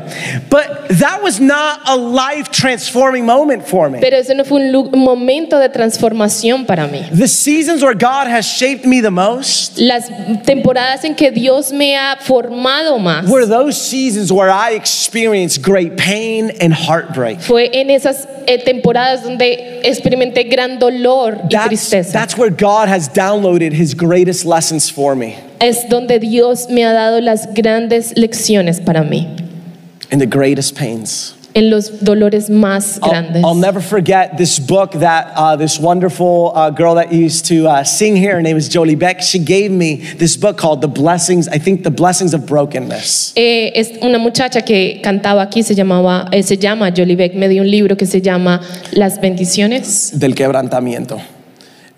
[SPEAKER 1] but that was not a life transforming moment for me.
[SPEAKER 2] Pero eso no fue un, lu- un momento de transformación para mí.
[SPEAKER 1] The seasons where God has shaped me the most
[SPEAKER 2] Las temporadas en que Dios me ha formado más
[SPEAKER 1] were those seasons where I experienced great pain and heartbreak.
[SPEAKER 2] fue en esas eh, temporadas donde experimenté gran dolor y
[SPEAKER 1] That's,
[SPEAKER 2] tristeza.
[SPEAKER 1] that's where God has downloaded his greatest lessons for me.
[SPEAKER 2] Es donde Dios me ha dado las grandes lecciones para mí,
[SPEAKER 1] and the greatest pains.
[SPEAKER 2] en los dolores más grandes.
[SPEAKER 1] I'll, I'll never forget this book that uh, this wonderful uh, girl that used to uh, sing here, her name is Jolie Beck, she gave me this book called The Blessings, I think The Blessings of Brokenness.
[SPEAKER 2] Eh, es una muchacha que cantaba aquí se llamaba eh, se llama Jolie Beck me dio un libro que se llama Las bendiciones
[SPEAKER 1] Del quebrantamiento.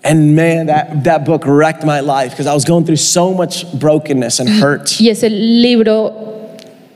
[SPEAKER 1] And man, that, that book wrecked my life because I was going through so much brokenness and hurt.
[SPEAKER 2] [gasps] y ese libro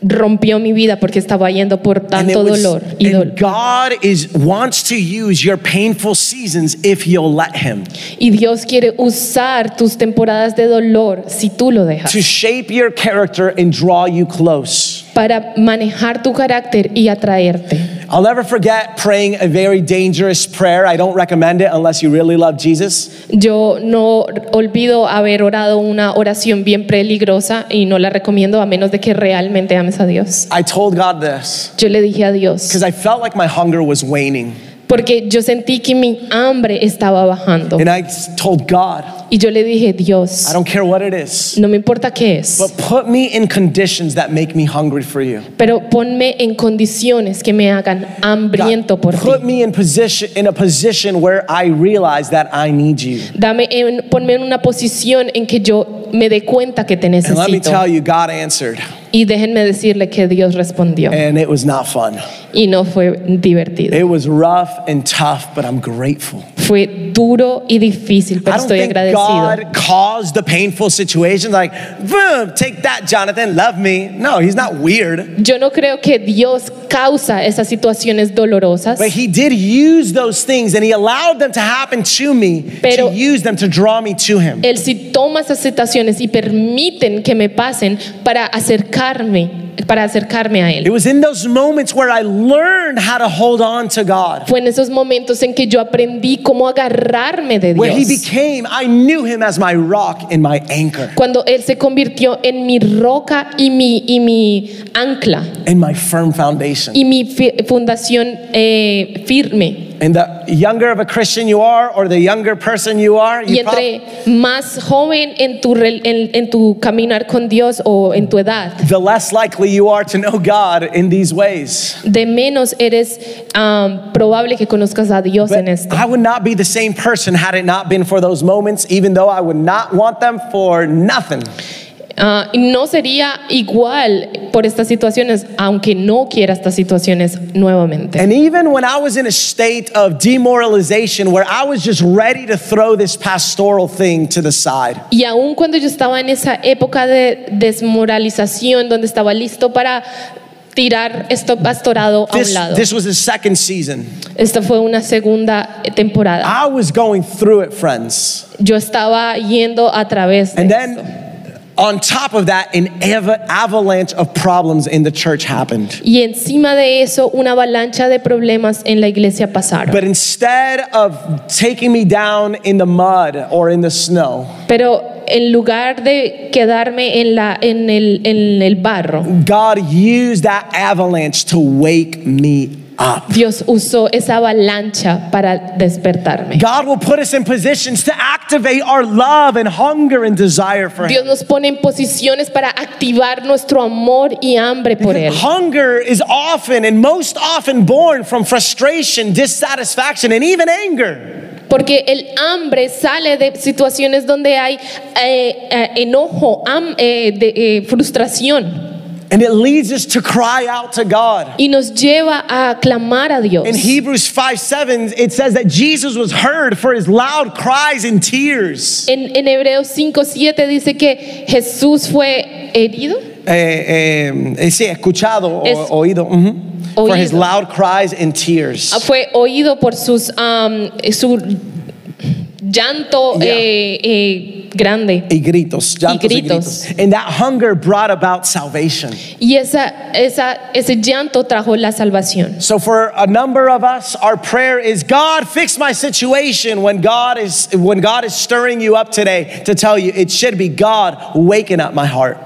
[SPEAKER 2] rompió mi vida porque estaba yendo por
[SPEAKER 1] And, it
[SPEAKER 2] tanto
[SPEAKER 1] was-
[SPEAKER 2] dolor y
[SPEAKER 1] and
[SPEAKER 2] dolor
[SPEAKER 1] God is wants to use your painful seasons if you'll let Him
[SPEAKER 2] y Dios quiere usar tus temporadas de dolor si tú lo dejas
[SPEAKER 1] to shape your character and draw you close.
[SPEAKER 2] para manejar tu carácter y atraerte
[SPEAKER 1] I'll never forget praying a very dangerous prayer. I don't recommend it unless you really love Jesus.
[SPEAKER 2] yo no olvido haber orado una oración bien peligrosa y no la recomiendo a menos de que realmente ames a Dios
[SPEAKER 1] I told God this
[SPEAKER 2] yo le dije a Dios
[SPEAKER 1] because I felt like my hunger was waning.
[SPEAKER 2] porque yo sentí que mi hambre estaba bajando
[SPEAKER 1] And I s- told God,
[SPEAKER 2] y yo le dije Dios
[SPEAKER 1] I don't care what it is,
[SPEAKER 2] no me importa qué es
[SPEAKER 1] but put me in conditions that make me hungry for you.
[SPEAKER 2] pero ponme en condiciones que me hagan
[SPEAKER 1] God,
[SPEAKER 2] hambriento por
[SPEAKER 1] put
[SPEAKER 2] ti
[SPEAKER 1] me in position in a position where I realize that I need you.
[SPEAKER 2] Dame en- ponme en una posición en que yo me dé cuenta que te
[SPEAKER 1] And let me tell
[SPEAKER 2] necesito
[SPEAKER 1] you, Eh, God answered,
[SPEAKER 2] y déjenme decirle que Dios respondió
[SPEAKER 1] and it was not fun.
[SPEAKER 2] y no fue divertido
[SPEAKER 1] It was rough and tough, but I'm grateful.
[SPEAKER 2] fue duro y difícil
[SPEAKER 1] I
[SPEAKER 2] pero
[SPEAKER 1] don't
[SPEAKER 2] estoy
[SPEAKER 1] think
[SPEAKER 2] agradecido
[SPEAKER 1] God caused the painful situations. Like, boom, take that, Jonathan, love me. No, he's not weird.
[SPEAKER 2] yo no creo que Dios causa esas situaciones dolorosas
[SPEAKER 1] But he did use those things and he allowed them to happen to me
[SPEAKER 2] Pero-
[SPEAKER 1] to use them to draw me to him.
[SPEAKER 2] Él sí toma esas situaciones y permiten que me pasen para acercarme, para acercarme a
[SPEAKER 1] It
[SPEAKER 2] Él.
[SPEAKER 1] was in those moments where I learned how to hold on to God,
[SPEAKER 2] Fue en esos momentos en que yo aprendí cómo agarrarme de
[SPEAKER 1] where he
[SPEAKER 2] Dios.
[SPEAKER 1] became, I knew him as my rock and my anchor
[SPEAKER 2] Cuando Él se convirtió en mi roca y mi, y mi ancla
[SPEAKER 1] and my firm foundation.
[SPEAKER 2] y mi fi- fundación eh, firme.
[SPEAKER 1] And the younger of a Christian you are, or the younger person you are,
[SPEAKER 2] Y
[SPEAKER 1] you prob-
[SPEAKER 2] entre más joven en tu, rel- en- en tu caminar con Dios o en tu edad,
[SPEAKER 1] the less likely you are to know God in these ways.
[SPEAKER 2] de menos eres ah, probable que conozcas a Dios en
[SPEAKER 1] But
[SPEAKER 2] esto.
[SPEAKER 1] I would not be the same person had it not been for those moments, even though I would not want them for nothing.
[SPEAKER 2] Ah, no sería igual por estas situaciones, aunque no quiera estas situaciones nuevamente.
[SPEAKER 1] And even when I was in a state of demoralization where I was just ready to throw this pastoral thing to the side,
[SPEAKER 2] Y aun cuando yo estaba en esa época de desmoralización, donde estaba listo para tirar esto pastorado a un
[SPEAKER 1] this,
[SPEAKER 2] lado.
[SPEAKER 1] this was the second season.
[SPEAKER 2] Esta fue una segunda temporada.
[SPEAKER 1] I was going through it, friends.
[SPEAKER 2] Yo estaba yendo a través de
[SPEAKER 1] And
[SPEAKER 2] esto.
[SPEAKER 1] then on top of that, an ava- avalanche of problems in the church happened.
[SPEAKER 2] Y encima de eso, una avalancha de problemas en la iglesia pasaron.
[SPEAKER 1] But instead of taking me down in the mud or in the snow,
[SPEAKER 2] Pero en lugar de quedarme en, la, en, el, en el barro,
[SPEAKER 1] God used that avalanche to wake me up.
[SPEAKER 2] Dios usó esa avalancha para despertarme.
[SPEAKER 1] God will put us in positions to activate our love and hunger and desire for
[SPEAKER 2] Dios
[SPEAKER 1] Him.
[SPEAKER 2] nos pone en posiciones para activar nuestro amor y hambre por Él.
[SPEAKER 1] Hunger is often and most often born from frustration, dissatisfaction, and even anger.
[SPEAKER 2] Porque el hambre sale de situaciones donde hay eh, eh, enojo, ham- eh, de, eh, frustración.
[SPEAKER 1] And it leads us to cry out to God.
[SPEAKER 2] y nos lleva a clamar a Dios.
[SPEAKER 1] In Hebrews 5 7, it says that Jesus was heard for his loud cries and tears.
[SPEAKER 2] En, en Hebreos 5:7 dice que Jesús fue herido
[SPEAKER 1] Eh, eh, eh, sí, escuchado, o-
[SPEAKER 2] Es-
[SPEAKER 1] oído, ujú. For his
[SPEAKER 2] Oído.
[SPEAKER 1] loud cries and tears.
[SPEAKER 2] Ah, fue oído por sus am, su llanto
[SPEAKER 1] Yeah.
[SPEAKER 2] eh, eh, grande
[SPEAKER 1] Y gritos, llantos y gritos.
[SPEAKER 2] gritos.
[SPEAKER 1] And that hunger brought about salvation.
[SPEAKER 2] y esa, esa, ese llanto trajo la salvación.
[SPEAKER 1] So for a number of us, our prayer is God fix my situation when God is when God is stirring you up today to tell you it should be God waking up my heart.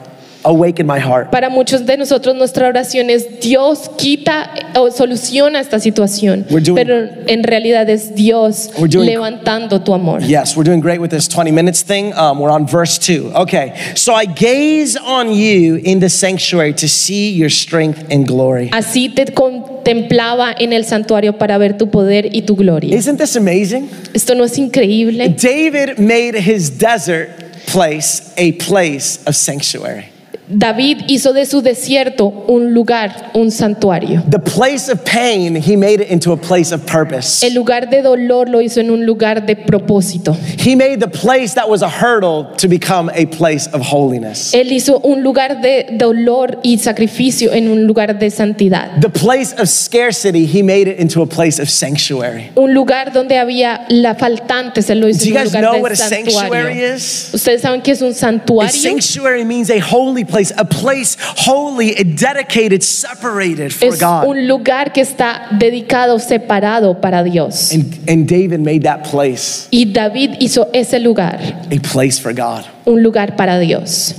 [SPEAKER 1] Awaken my heart.
[SPEAKER 2] Para muchos de nosotros nuestra oración es Dios quita eh, o soluciona esta situación,
[SPEAKER 1] We're doing-
[SPEAKER 2] pero en realidad es Dios
[SPEAKER 1] We're doing-
[SPEAKER 2] levantando tu amor.
[SPEAKER 1] Yes, we're doing great with this 20 minutes thing. Um, we're on verse 2. Okay. So I gaze on you in the sanctuary to see your strength and glory.
[SPEAKER 2] Así te contemplaba en el santuario para ver tu poder y tu gloria.
[SPEAKER 1] Isn't this amazing?
[SPEAKER 2] Esto no es increíble.
[SPEAKER 1] David made his desert place a place of sanctuary.
[SPEAKER 2] David hizo de su desierto un lugar, un santuario.
[SPEAKER 1] The place of pain, he made it into a place of purpose.
[SPEAKER 2] El lugar de dolor lo hizo en un lugar de propósito.
[SPEAKER 1] He made the place that was a hurdle to become a place of holiness.
[SPEAKER 2] Él hizo un lugar de dolor y sacrificio en un lugar de santidad.
[SPEAKER 1] The place of scarcity, he made it into a place of sanctuary.
[SPEAKER 2] Un lugar donde había la faltante, se lo hizo
[SPEAKER 1] Do you
[SPEAKER 2] en un
[SPEAKER 1] guys
[SPEAKER 2] lugar
[SPEAKER 1] know what
[SPEAKER 2] de
[SPEAKER 1] a sanctuary
[SPEAKER 2] santuario.
[SPEAKER 1] is?
[SPEAKER 2] Ustedes saben que es un
[SPEAKER 1] A
[SPEAKER 2] santuario.
[SPEAKER 1] sanctuary means a holy place, a place holy, and dedicated, separated for
[SPEAKER 2] Es
[SPEAKER 1] God.
[SPEAKER 2] un lugar que está dedicado, separado para Dios.
[SPEAKER 1] And, and David made that place
[SPEAKER 2] Y David hizo ese lugar,
[SPEAKER 1] a place for God.
[SPEAKER 2] un lugar para Dios.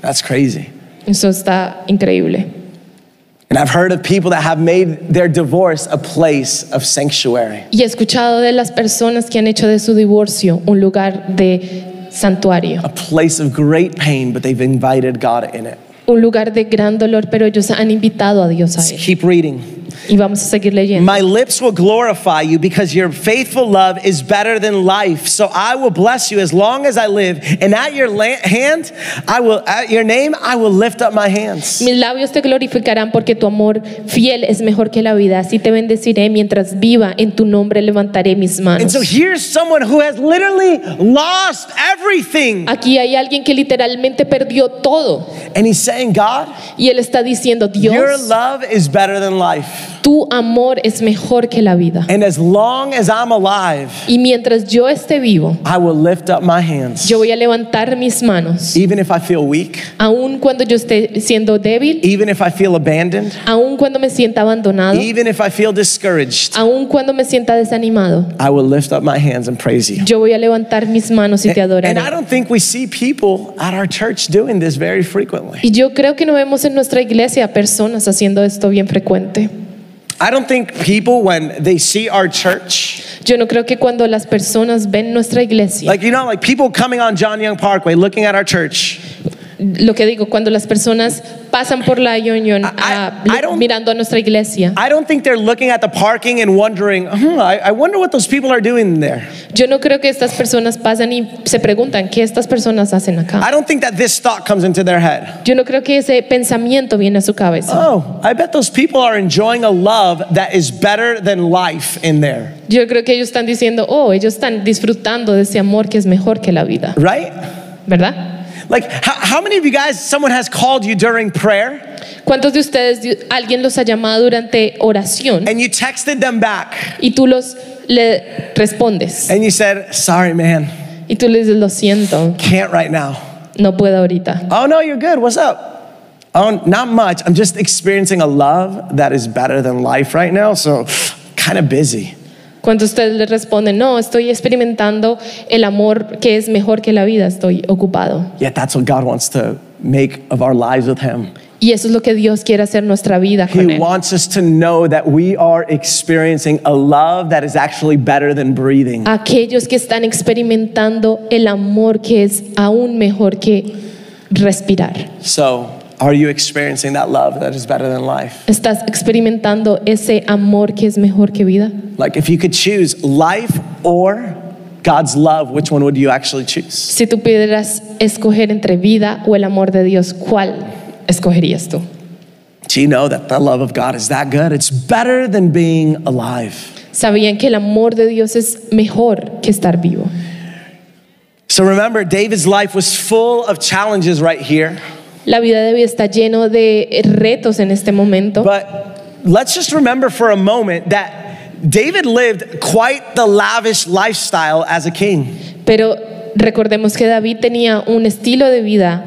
[SPEAKER 1] That's crazy.
[SPEAKER 2] Eso está increíble.
[SPEAKER 1] And I've heard of people that have made their divorce a place of sanctuary.
[SPEAKER 2] Y he escuchado de las personas que han hecho de su divorcio un lugar de santuario,
[SPEAKER 1] a place of great pain, but they've invited God in it.
[SPEAKER 2] un lugar de gran dolor, pero ellos han invitado a Dios a
[SPEAKER 1] Let's
[SPEAKER 2] él.
[SPEAKER 1] keep reading.
[SPEAKER 2] Y vamos a seguir leyendo.
[SPEAKER 1] My lips will glorify you because your faithful love is better than life. So I will bless you as long as I live, and at your la- hand, I will at your name, I will lift up my hands.
[SPEAKER 2] Mis labios te glorificarán porque tu amor fiel es mejor que la vida. Así te bendeciré mientras viva, en tu nombre levantaré mis
[SPEAKER 1] And
[SPEAKER 2] manos.
[SPEAKER 1] so here's someone who has literally lost everything,
[SPEAKER 2] Aquí hay alguien que literalmente perdió todo
[SPEAKER 1] and he's saying, God,
[SPEAKER 2] y él está diciendo,
[SPEAKER 1] your
[SPEAKER 2] Dios,
[SPEAKER 1] love is better than life.
[SPEAKER 2] tu amor es mejor que la vida.
[SPEAKER 1] And as long as I'm alive,
[SPEAKER 2] Y mientras yo esté vivo,
[SPEAKER 1] I will lift up my hands,
[SPEAKER 2] yo voy a levantar mis manos.
[SPEAKER 1] even if I feel weak,
[SPEAKER 2] aun cuando yo esté siendo débil,
[SPEAKER 1] even if I feel abandoned.
[SPEAKER 2] aun cuando me sienta abandonado,
[SPEAKER 1] Even if I feel discouraged,
[SPEAKER 2] aun cuando me sienta desanimado,
[SPEAKER 1] I will lift up my hands and praise you.
[SPEAKER 2] yo voy a levantar mis manos y te
[SPEAKER 1] And I
[SPEAKER 2] adoraré.
[SPEAKER 1] don't think we see people at our church doing this very frequently.
[SPEAKER 2] Y yo creo que no vemos en nuestra iglesia personas haciendo esto bien frecuente.
[SPEAKER 1] I don't think people, when they see our church,
[SPEAKER 2] Yo no creo que cuando las personas ven nuestra iglesia,
[SPEAKER 1] like, you know, like people coming on John Young Parkway looking at our church,
[SPEAKER 2] lo que digo, cuando las personas pasan por la unión ah,
[SPEAKER 1] I don't-
[SPEAKER 2] mirando a nuestra iglesia,
[SPEAKER 1] I don't think they're looking at the parking and wondering, hmm, I, I wonder what those people are doing there.
[SPEAKER 2] yo no creo que estas personas pasan y se preguntan qué estas personas hacen
[SPEAKER 1] I
[SPEAKER 2] acá.
[SPEAKER 1] don't think that this thought comes into their head.
[SPEAKER 2] Yo no creo que ese pensamiento viene a su cabeza.
[SPEAKER 1] Oh, I bet those people are enjoying a love that is better than life in there,
[SPEAKER 2] Yo creo que ellos están diciendo, oh, ellos están disfrutando de ese amor que es mejor que la vida,
[SPEAKER 1] right?
[SPEAKER 2] ¿verdad?
[SPEAKER 1] Like, how, how many of you guys, someone has called you during prayer
[SPEAKER 2] ¿Cuántos de ustedes di- alguien los ha llamado durante oración
[SPEAKER 1] and you texted them back
[SPEAKER 2] y tú los le respondes
[SPEAKER 1] and you said, Sorry, man,
[SPEAKER 2] y tú les dices, lo siento,
[SPEAKER 1] can't right now?
[SPEAKER 2] no puedo ahorita?
[SPEAKER 1] Oh, no, you're good. What's up? Oh, not much. I'm just experiencing a love that is better than life right now, so kind of busy.
[SPEAKER 2] ¿Cuántos de ustedes les responden, no, estoy experimentando el amor que es mejor que la vida, estoy ocupado?
[SPEAKER 1] Yet that's what God wants to make of our lives with Him.
[SPEAKER 2] Y eso es lo que Dios quiere hacer en nuestra vida con
[SPEAKER 1] He
[SPEAKER 2] Él.
[SPEAKER 1] wants us to know that we are experiencing a love that is actually better than breathing.
[SPEAKER 2] Aquellos que están experimentando el amor que es aún mejor que respirar.
[SPEAKER 1] So, are you experiencing that love that is better than life?
[SPEAKER 2] ¿Estás experimentando ese amor que es mejor que vida?
[SPEAKER 1] Like, if you could choose life or God's love, which one would you actually choose?
[SPEAKER 2] Si tú pudieras escoger entre vida o el amor de Dios, ¿cuál escogerías tú?
[SPEAKER 1] you know that the love of God is that good? It's better than being alive.
[SPEAKER 2] Sabían que el amor de Dios es mejor que estar vivo.
[SPEAKER 1] So remember, David's life was full of challenges right here.
[SPEAKER 2] La vida de David está lleno de eh, retos en este momento,
[SPEAKER 1] But let's just remember for a moment that David lived quite the lavish lifestyle as a king.
[SPEAKER 2] pero recordemos que David tenía un estilo de vida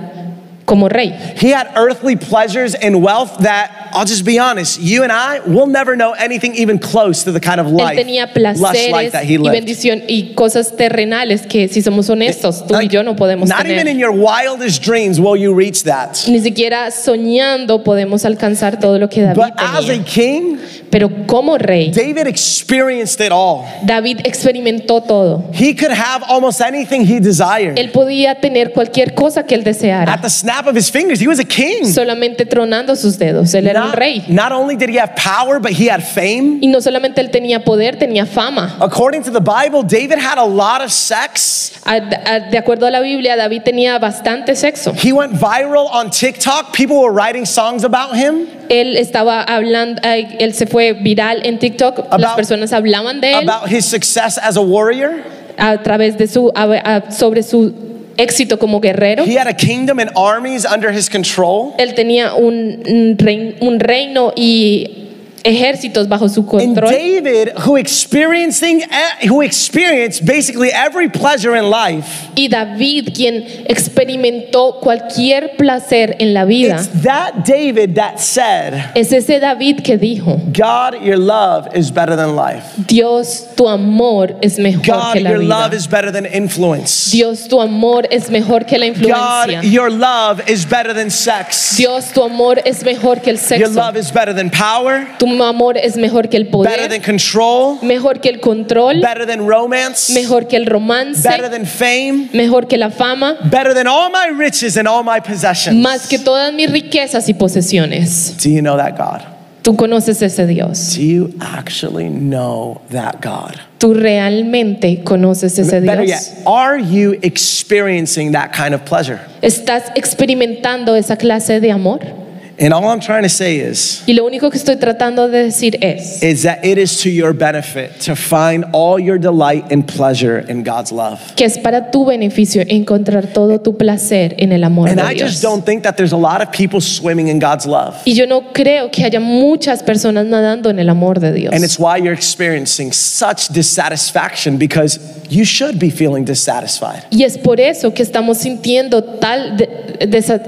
[SPEAKER 2] como rey.
[SPEAKER 1] He had earthly pleasures and wealth that, I'll just be honest, you and I will never know anything even close to the kind of
[SPEAKER 2] Él
[SPEAKER 1] life,
[SPEAKER 2] tenía
[SPEAKER 1] lush life
[SPEAKER 2] placeres
[SPEAKER 1] that he
[SPEAKER 2] y
[SPEAKER 1] lived.
[SPEAKER 2] bendición y cosas terrenales que si somos honestos tú y
[SPEAKER 1] Like,
[SPEAKER 2] yo no podemos
[SPEAKER 1] not even in
[SPEAKER 2] tener.
[SPEAKER 1] your wildest dreams will you reach that.
[SPEAKER 2] Ni siquiera soñando podemos alcanzar todo lo que David
[SPEAKER 1] But as a
[SPEAKER 2] tenía.
[SPEAKER 1] king,
[SPEAKER 2] Pero como rey,
[SPEAKER 1] David experienced it all.
[SPEAKER 2] David experimentó todo.
[SPEAKER 1] He could have almost anything he desired.
[SPEAKER 2] Él podía tener cualquier cosa que él
[SPEAKER 1] At
[SPEAKER 2] deseara,
[SPEAKER 1] the snap of his fingers, he was a king.
[SPEAKER 2] solamente tronando sus dedos. Él era un
[SPEAKER 1] Not,
[SPEAKER 2] rey.
[SPEAKER 1] not only did he have power, but he had fame.
[SPEAKER 2] Y no solamente él tenía poder, tenía fama.
[SPEAKER 1] According to the Bible, David had a lot of sex.
[SPEAKER 2] A- a- De acuerdo a la Biblia, David tenía bastante sexo.
[SPEAKER 1] He went viral on TikTok. People were writing songs about him,
[SPEAKER 2] Él estaba hablando, ay, él se fue viral en TikTok. Las
[SPEAKER 1] About-
[SPEAKER 2] personas hablaban de él.
[SPEAKER 1] about his success as a warrior.
[SPEAKER 2] a través de su a- a- sobre su éxito como guerrero.
[SPEAKER 1] He had a kingdom and armies under his control.
[SPEAKER 2] Él tenía un, un rein- un reino y ejércitos bajo su
[SPEAKER 1] And
[SPEAKER 2] control.
[SPEAKER 1] David, who experiencing, eh, who experienced basically every pleasure in life,
[SPEAKER 2] Y David, quien experimentó cualquier placer en la vida,
[SPEAKER 1] it's that David that said,
[SPEAKER 2] es ese David que dijo,
[SPEAKER 1] "God, your love is better than life.
[SPEAKER 2] Dios, tu amor es mejor
[SPEAKER 1] God,
[SPEAKER 2] que la
[SPEAKER 1] your
[SPEAKER 2] vida.
[SPEAKER 1] love is better than influence.
[SPEAKER 2] Dios, tu amor es mejor que la influencia.
[SPEAKER 1] God, your love is better than sex.
[SPEAKER 2] Dios, tu amor es mejor que el
[SPEAKER 1] Your
[SPEAKER 2] sexo.
[SPEAKER 1] love is better than power,
[SPEAKER 2] Tu amor es mejor que el
[SPEAKER 1] better than
[SPEAKER 2] poder,
[SPEAKER 1] control,
[SPEAKER 2] mejor que el control,
[SPEAKER 1] better than romance,
[SPEAKER 2] mejor que el romance,
[SPEAKER 1] better than fame,
[SPEAKER 2] mejor que la fama,
[SPEAKER 1] better than all my riches and all my possessions.
[SPEAKER 2] más que todas mis riquezas y posesiones.
[SPEAKER 1] Do you know that God?
[SPEAKER 2] Tú conoces ese Dios.
[SPEAKER 1] Do you actually know that God?
[SPEAKER 2] Tú realmente conoces ese
[SPEAKER 1] Better
[SPEAKER 2] Dios.
[SPEAKER 1] yet, are you experiencing that kind of pleasure?
[SPEAKER 2] Estás experimentando esa clase de amor.
[SPEAKER 1] And all I'm trying to say is
[SPEAKER 2] Y lo único que estoy tratando de decir es
[SPEAKER 1] is that it is to your benefit to find all your delight and pleasure in God's love.
[SPEAKER 2] que es para tu beneficio encontrar todo tu placer en el amor
[SPEAKER 1] And
[SPEAKER 2] de
[SPEAKER 1] I just
[SPEAKER 2] Dios.
[SPEAKER 1] don't think that there's a lot of people swimming in God's love.
[SPEAKER 2] Y yo no creo que haya muchas personas nadando en el amor de Dios.
[SPEAKER 1] And it's why you're experiencing such dissatisfaction because you should be feeling dissatisfied.
[SPEAKER 2] Y es por eso que estamos sintiendo tal de- desa-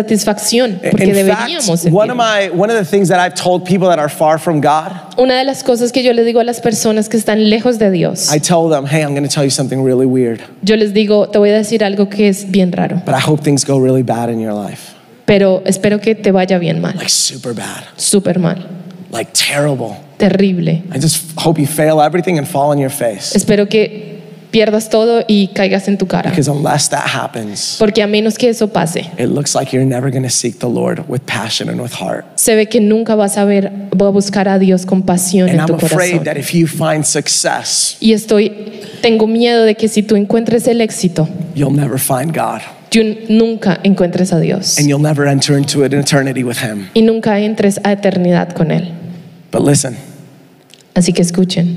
[SPEAKER 2] desatisfacción, porque
[SPEAKER 1] in
[SPEAKER 2] deberíamos
[SPEAKER 1] fact, one of
[SPEAKER 2] sentirlo.
[SPEAKER 1] my one of the things that I've told people that are far from God,
[SPEAKER 2] Una de las cosas que yo le digo a las personas que están lejos de Dios,
[SPEAKER 1] I tell them, "Hey, I'm going to tell you something really weird,
[SPEAKER 2] yo les digo, te voy a decir algo que es bien raro,
[SPEAKER 1] but I hope things go really bad in your life,
[SPEAKER 2] pero espero que te vaya bien mal,
[SPEAKER 1] like super bad,
[SPEAKER 2] súper mal,
[SPEAKER 1] like terrible.
[SPEAKER 2] terrible.
[SPEAKER 1] I just hope you fail everything and fall on your face
[SPEAKER 2] Espero que pierdas todo y caigas en tu cara,
[SPEAKER 1] because unless that happens,
[SPEAKER 2] porque a menos que eso pase,
[SPEAKER 1] it looks like you're never going to seek the Lord with passion and with heart."
[SPEAKER 2] se ve que nunca vas a ver, voy a buscar a Dios con pasión
[SPEAKER 1] And
[SPEAKER 2] en
[SPEAKER 1] I'm
[SPEAKER 2] tu
[SPEAKER 1] afraid
[SPEAKER 2] corazón.
[SPEAKER 1] that if you find success,
[SPEAKER 2] Y estoy, tengo miedo de que si tú encuentres el éxito,
[SPEAKER 1] you'll never find God
[SPEAKER 2] tú nunca encuentres a Dios
[SPEAKER 1] and you'll never enter into an eternity with Him.
[SPEAKER 2] y nunca entres a eternidad con Él.
[SPEAKER 1] But listen,
[SPEAKER 2] Así que escuchen.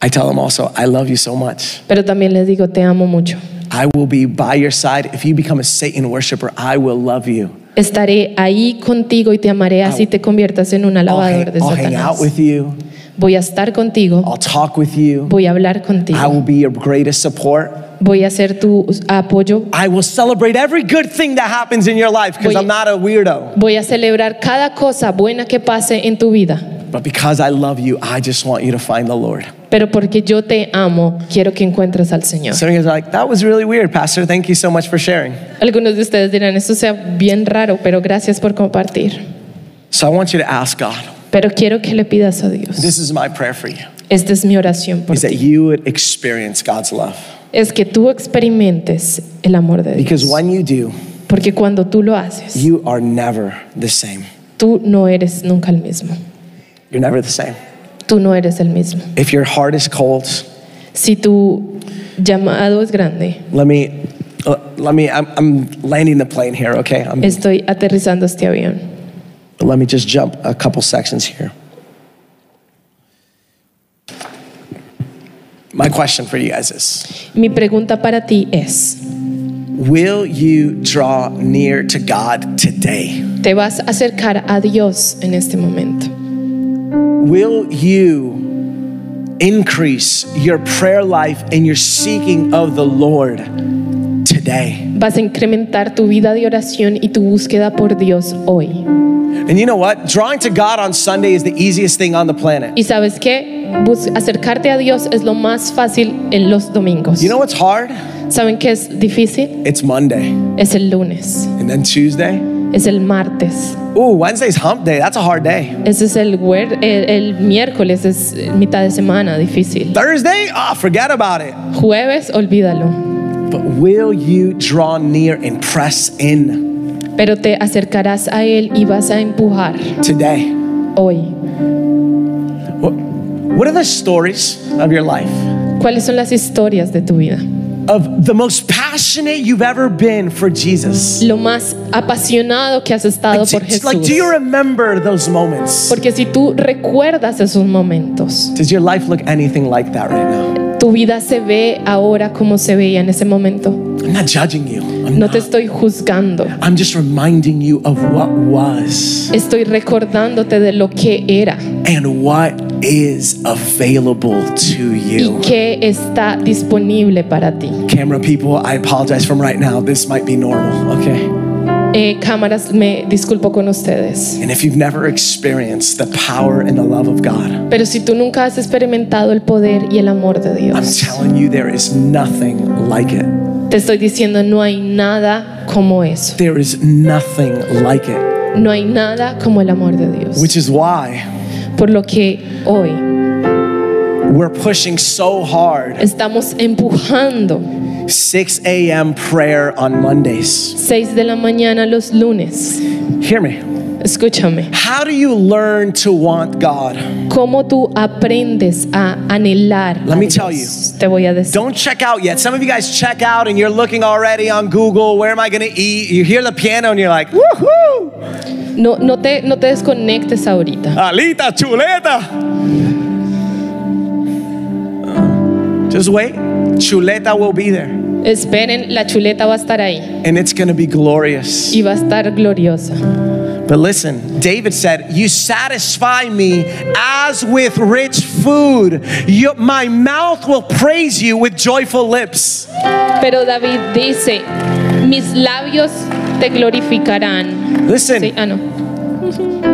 [SPEAKER 1] I tell them also, I love you so much.
[SPEAKER 2] Pero también les digo, te amo mucho.
[SPEAKER 1] I will be by your side. If you become a Satan worshiper, I will love you.
[SPEAKER 2] Estaré ahí contigo y te amaré así te conviertas en un
[SPEAKER 1] I'll
[SPEAKER 2] alabador
[SPEAKER 1] hang,
[SPEAKER 2] de
[SPEAKER 1] I'll hang out
[SPEAKER 2] Satanás.
[SPEAKER 1] with you.
[SPEAKER 2] Voy a estar contigo,
[SPEAKER 1] I'll talk with you.
[SPEAKER 2] voy a hablar
[SPEAKER 1] I will
[SPEAKER 2] contigo,
[SPEAKER 1] be your greatest support.
[SPEAKER 2] voy a ser tu apoyo,
[SPEAKER 1] I will celebrate every good thing that happens in your life because
[SPEAKER 2] Voy-
[SPEAKER 1] I'm not a weirdo.
[SPEAKER 2] voy a celebrar cada cosa buena que pase en tu vida.
[SPEAKER 1] But because I love you, I just want you to find the Lord.
[SPEAKER 2] Pero porque yo te amo, quiero que encuentres al Señor.
[SPEAKER 1] Some of you guys are like, that was really weird, Pastor. Thank you so much for sharing.
[SPEAKER 2] Algunos de ustedes dirán, esto sea bien raro, pero gracias por compartir.
[SPEAKER 1] So I want you to ask God.
[SPEAKER 2] Pero quiero que le pidas a Dios.
[SPEAKER 1] This is my prayer for you.
[SPEAKER 2] Esta es mi oración por
[SPEAKER 1] Is that
[SPEAKER 2] ti.
[SPEAKER 1] you would experience God's love.
[SPEAKER 2] Es que tú experimentes el amor de
[SPEAKER 1] Because
[SPEAKER 2] Dios.
[SPEAKER 1] when you do,
[SPEAKER 2] Porque cuando tú lo haces,
[SPEAKER 1] you are never the same.
[SPEAKER 2] tú no eres nunca el mismo.
[SPEAKER 1] You're never the same.
[SPEAKER 2] Tú no eres el mismo.
[SPEAKER 1] If your heart is cold,
[SPEAKER 2] Si tu llamado es grande,
[SPEAKER 1] let me let me I'm, I'm landing the plane here, okay? I'm,
[SPEAKER 2] estoy aterrizando este avión.
[SPEAKER 1] But let me just jump a couple sections here. My question for you guys is
[SPEAKER 2] Mi pregunta para ti es,
[SPEAKER 1] Will you draw near to God today?
[SPEAKER 2] ¿te vas a acercar a Dios en este momento?
[SPEAKER 1] Will you increase your prayer life and your seeking of the Lord today?
[SPEAKER 2] Vas a incrementar tu vida de oración y tu búsqueda por Dios hoy.
[SPEAKER 1] And you know what? Drawing to God on Sunday is the easiest thing on the planet.
[SPEAKER 2] Y sabes qué, Bus- acercarte a Dios es lo más fácil en los domingos.
[SPEAKER 1] You know what's hard?
[SPEAKER 2] ¿Saben qué es difícil?
[SPEAKER 1] It's Monday
[SPEAKER 2] Es el lunes,
[SPEAKER 1] and then Tuesday.
[SPEAKER 2] es el martes,
[SPEAKER 1] Ooh, Wednesday's hump day. That's a hard day.
[SPEAKER 2] ese es el, huer- el, el miércoles, es mitad de semana, difícil.
[SPEAKER 1] Thursday? Ah, forget about it.
[SPEAKER 2] Jueves, olvídalo.
[SPEAKER 1] But will you draw near and press in
[SPEAKER 2] Pero te acercarás a Él y vas a empujar
[SPEAKER 1] today?
[SPEAKER 2] hoy.
[SPEAKER 1] What, what are the stories of your life?
[SPEAKER 2] ¿Cuáles son las historias de tu vida?
[SPEAKER 1] Of the most passionate you've ever been for Jesus?
[SPEAKER 2] Lo más apasionado que has estado por
[SPEAKER 1] Like, like, do
[SPEAKER 2] Jesús.
[SPEAKER 1] you remember those moments?
[SPEAKER 2] Porque si tú recuerdas esos momentos,
[SPEAKER 1] Does your life look anything like that right now?
[SPEAKER 2] tu vida se ve ahora como se veía en ese momento.
[SPEAKER 1] I'm not judging you. I'm,
[SPEAKER 2] No te estoy juzgando.
[SPEAKER 1] I'm just reminding you of what was
[SPEAKER 2] Estoy recordándote de lo que era
[SPEAKER 1] and what is available to
[SPEAKER 2] y
[SPEAKER 1] you.
[SPEAKER 2] que está disponible para ti.
[SPEAKER 1] Camera people, I apologize from right now. This might be normal, okay?
[SPEAKER 2] Eh, cámaras, me disculpo con ustedes.
[SPEAKER 1] And if you've never experienced the power and the love of God,
[SPEAKER 2] Pero si tú nunca has experimentado el poder y el amor de
[SPEAKER 1] I'm
[SPEAKER 2] Dios,
[SPEAKER 1] telling you, there is nothing like it.
[SPEAKER 2] te estoy diciendo, no hay nada como eso.
[SPEAKER 1] There is nothing like it.
[SPEAKER 2] No hay nada como el amor de Dios.
[SPEAKER 1] Which is why
[SPEAKER 2] Por lo que hoy
[SPEAKER 1] we're pushing so hard
[SPEAKER 2] estamos empujando
[SPEAKER 1] 6 a.m. prayer on Mondays.
[SPEAKER 2] 6 de la mañana los lunes.
[SPEAKER 1] Hear me.
[SPEAKER 2] Escúchame,
[SPEAKER 1] How do you learn to want God?
[SPEAKER 2] ¿cómo tú aprendes a anhelar?
[SPEAKER 1] Let
[SPEAKER 2] a
[SPEAKER 1] me
[SPEAKER 2] Dios?
[SPEAKER 1] tell you.
[SPEAKER 2] Te voy a decir.
[SPEAKER 1] Don't check out yet. Some of you guys check out and you're looking already on Google. Where am I going to eat? You hear the piano and you're like, woohoo!
[SPEAKER 2] No, no, te, no te desconectes ahorita.
[SPEAKER 1] Alita, chuleta. Just wait. Chuleta will be there.
[SPEAKER 2] Esperen, la chuleta va a estar ahí
[SPEAKER 1] And it's going to be glorious.
[SPEAKER 2] y va a estar gloriosa.
[SPEAKER 1] But listen, David said, You satisfy me as with rich food. You- my mouth will praise you with joyful lips.
[SPEAKER 2] Pero David dice, mis labios te glorificarán.
[SPEAKER 1] Listen,
[SPEAKER 2] Sí, ah, no.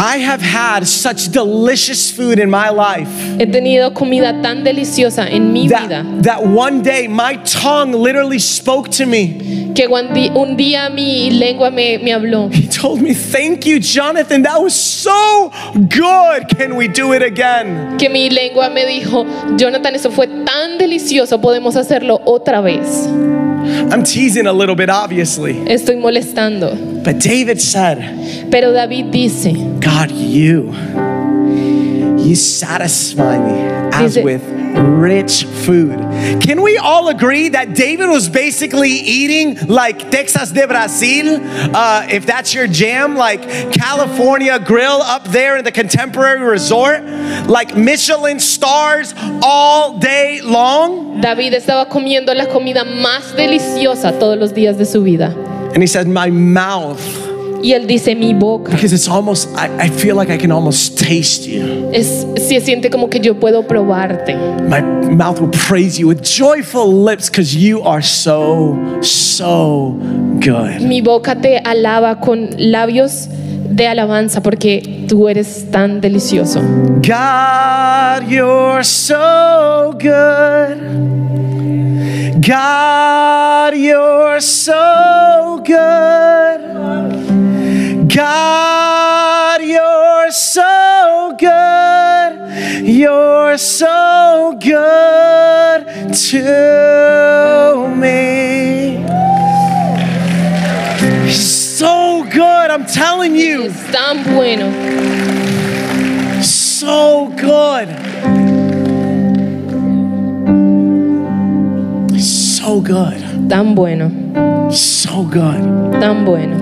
[SPEAKER 1] I have had such delicious food in my life
[SPEAKER 2] He tenido comida tan deliciosa en mi vida
[SPEAKER 1] that, that one day my tongue literally spoke to me.
[SPEAKER 2] que un di- un día mi lengua me, me habló
[SPEAKER 1] He told me, Thank you, Jonathan. That was so good. Can we do it again?
[SPEAKER 2] que mi lengua me dijo, Jonathan, eso fue tan delicioso, podemos hacerlo otra vez.
[SPEAKER 1] I'm teasing a little bit, obviously.
[SPEAKER 2] Estoy molestando.
[SPEAKER 1] But David said,
[SPEAKER 2] Pero David dice,
[SPEAKER 1] God, you, you satisfy me as
[SPEAKER 2] Dice-
[SPEAKER 1] with rich food. Can we all agree that David was basically eating like Texas de Brasil, uh, if that's your jam, like California Grill up there in the contemporary resort, like Michelin stars all day long?
[SPEAKER 2] David estaba comiendo la comida más deliciosa todos los días de su vida.
[SPEAKER 1] And he said, My mouth,
[SPEAKER 2] Y él dice, mi boca.
[SPEAKER 1] because it's almost, I, I feel like I can almost taste you.
[SPEAKER 2] Es, se siente como que yo puedo probarte.
[SPEAKER 1] My mouth will praise you with joyful lips because you are so, so good.
[SPEAKER 2] Mi boca te alaba con labios de alabanza porque tú eres tan delicioso.
[SPEAKER 1] God, you're so good. God, you're so good. God, you're so good. You're so good to me. So good, I'm telling you.
[SPEAKER 2] Es tan bueno.
[SPEAKER 1] So good. So good.
[SPEAKER 2] Tan bueno,
[SPEAKER 1] So good.
[SPEAKER 2] tan bueno.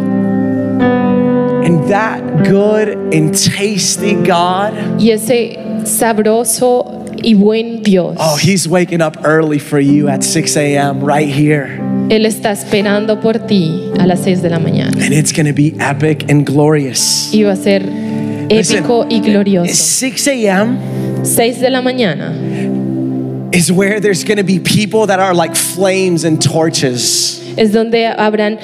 [SPEAKER 1] that good and tasty God,
[SPEAKER 2] Y ese sabroso y buen Dios,
[SPEAKER 1] oh, He's waking up early for you at 6 a.m. right here.
[SPEAKER 2] Él está esperando por ti a las 6 de la mañana.
[SPEAKER 1] And it's gonna be epic and glorious.
[SPEAKER 2] Y va a ser épico y
[SPEAKER 1] It's
[SPEAKER 2] glorioso.
[SPEAKER 1] 6 a.m.
[SPEAKER 2] 6 de la mañana
[SPEAKER 1] is where there's gonna be people that are like flames and torches.
[SPEAKER 2] es donde habrán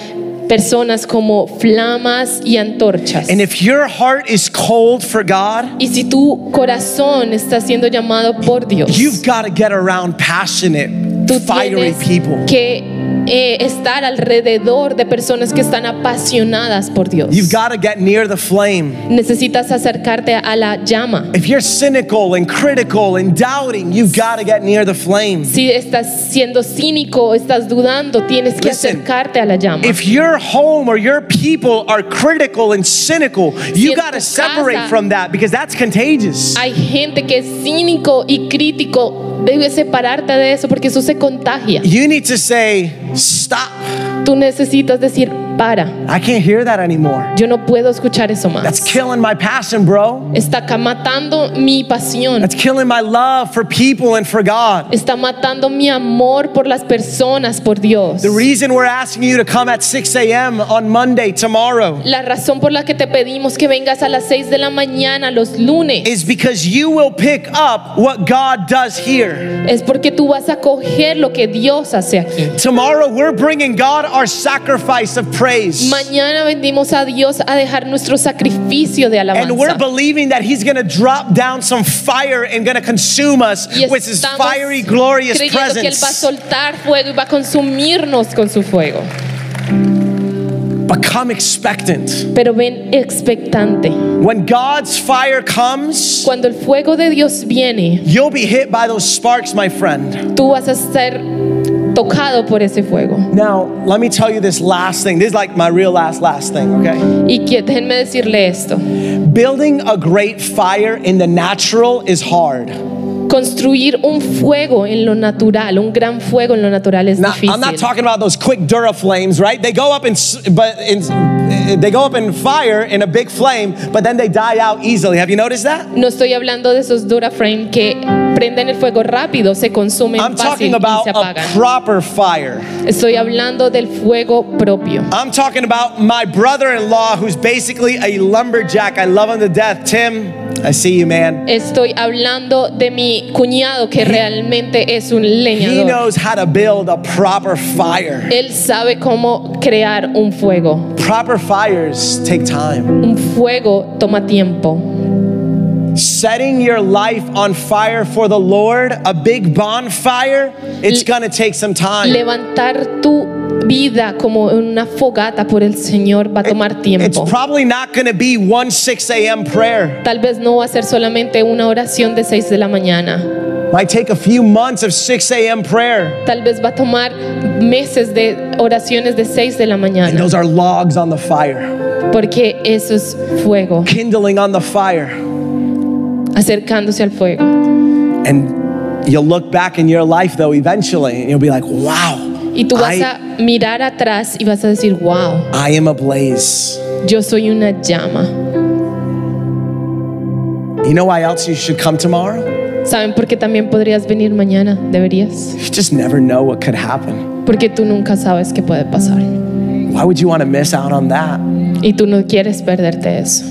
[SPEAKER 2] personas como flamas y antorchas.
[SPEAKER 1] And if your heart is cold for God,
[SPEAKER 2] Y si tu corazón está siendo llamado por Dios,
[SPEAKER 1] you've got to get around passionate,
[SPEAKER 2] tú
[SPEAKER 1] fiery
[SPEAKER 2] tienes
[SPEAKER 1] people.
[SPEAKER 2] que eh, estar alrededor de personas que están apasionadas por Dios.
[SPEAKER 1] You've got to get near the flame.
[SPEAKER 2] Necesitas acercarte a la llama.
[SPEAKER 1] If you're cynical and critical and doubting, you've got to get near the flame.
[SPEAKER 2] Si estás siendo cínico, estás dudando, tienes que
[SPEAKER 1] Listen.
[SPEAKER 2] acercarte a la llama.
[SPEAKER 1] If your home or your people are critical and cynical, you
[SPEAKER 2] en
[SPEAKER 1] got to
[SPEAKER 2] tu
[SPEAKER 1] separate
[SPEAKER 2] casa-
[SPEAKER 1] from that because that's contagious.
[SPEAKER 2] Hay gente que es cínico y crítico. Debes separarte de eso porque eso se contagia.
[SPEAKER 1] You need to say, Stop.
[SPEAKER 2] Tú necesitas decir, para,
[SPEAKER 1] I can't hear that anymore.
[SPEAKER 2] yo no puedo escuchar eso
[SPEAKER 1] That's
[SPEAKER 2] más.
[SPEAKER 1] killing my passion, bro.
[SPEAKER 2] Está ca- matando mi pasión.
[SPEAKER 1] That's killing my love for people and for God.
[SPEAKER 2] Está matando mi amor por las personas, por Dios.
[SPEAKER 1] The reason we're asking you to come at 6 a.m. on Monday, tomorrow,
[SPEAKER 2] La razón por la que te pedimos que vengas a las 6 de la mañana los lunes
[SPEAKER 1] is because you will pick up what God does here.
[SPEAKER 2] es porque tú vas a coger lo que Dios hace aquí.
[SPEAKER 1] Tomorrow, we're bringing God our sacrifice of praise.
[SPEAKER 2] Mañana vendimos a Dios a dejar nuestro sacrificio de
[SPEAKER 1] And we're
[SPEAKER 2] alabanza.
[SPEAKER 1] believing that He's gonna drop down some fire and gonna consume us
[SPEAKER 2] Y
[SPEAKER 1] with His
[SPEAKER 2] estamos
[SPEAKER 1] fiery, glorious
[SPEAKER 2] creyendo que Él va a
[SPEAKER 1] presence.
[SPEAKER 2] soltar fuego y va a consumirnos con su fuego.
[SPEAKER 1] But come expectant.
[SPEAKER 2] Pero ven expectante.
[SPEAKER 1] When God's fire comes,
[SPEAKER 2] Cuando el fuego de Dios viene,
[SPEAKER 1] you'll be hit by those sparks, my friend.
[SPEAKER 2] tú vas a ser tocado por ese fuego.
[SPEAKER 1] Now, let me tell you this last thing. This is like my real last, last thing, okay?
[SPEAKER 2] Y que- déjenme decirle esto.
[SPEAKER 1] Building a great fire in the natural is hard.
[SPEAKER 2] Construir un fuego en lo natural, un gran fuego en lo natural es
[SPEAKER 1] Now,
[SPEAKER 2] difícil.
[SPEAKER 1] I'm not talking about those quick Dura flames, right? They go up in, s- but in, they go up in fire in a big flame, but then they die out easily. Have you noticed that?
[SPEAKER 2] No estoy hablando de esos Duraframe que prenden el fuego rápido, se consumen
[SPEAKER 1] I'm
[SPEAKER 2] fácil
[SPEAKER 1] talking
[SPEAKER 2] y
[SPEAKER 1] about
[SPEAKER 2] se apagan.
[SPEAKER 1] a proper fire.
[SPEAKER 2] Estoy hablando del fuego propio.
[SPEAKER 1] I'm talking about my brother-in-law, who's basically a lumberjack. I love him to death. Tim, I see you, man.
[SPEAKER 2] Estoy hablando de mi cuñado que realmente es un
[SPEAKER 1] He
[SPEAKER 2] leñador.
[SPEAKER 1] knows how to build a proper fire.
[SPEAKER 2] Él sabe cómo crear un fuego.
[SPEAKER 1] Proper fires take time.
[SPEAKER 2] Un fuego toma tiempo.
[SPEAKER 1] Setting your life on fire for the Lord, a big bonfire, it's
[SPEAKER 2] L-
[SPEAKER 1] gonna take some time.
[SPEAKER 2] Levantar tu vida como en una fogata por el Señor va a tomar
[SPEAKER 1] It's
[SPEAKER 2] tiempo.
[SPEAKER 1] probably not gonna be one 6 a.m. prayer.
[SPEAKER 2] Tal vez no va a ser solamente una oración de 6 de la mañana.
[SPEAKER 1] Might take a few months of 6 a.m. prayer.
[SPEAKER 2] Tal vez va a tomar meses de oraciones de 6 de la
[SPEAKER 1] And
[SPEAKER 2] mañana.
[SPEAKER 1] those are logs on the fire,
[SPEAKER 2] Porque eso es fuego,
[SPEAKER 1] kindling on the fire.
[SPEAKER 2] acercándose al fuego.
[SPEAKER 1] And you'll look back in your life though eventually and you'll be like, wow,
[SPEAKER 2] Y tú vas a
[SPEAKER 1] I,
[SPEAKER 2] mirar atrás y vas a decir, wow,
[SPEAKER 1] I am ablaze.
[SPEAKER 2] yo soy una llama.
[SPEAKER 1] You know why else you should come tomorrow?
[SPEAKER 2] ¿Saben por qué también podrías venir mañana? Deberías.
[SPEAKER 1] You just never know what could happen.
[SPEAKER 2] Porque tú nunca sabes qué puede pasar.
[SPEAKER 1] Why would you wanna miss out on that?
[SPEAKER 2] Y tú no quieres perderte eso.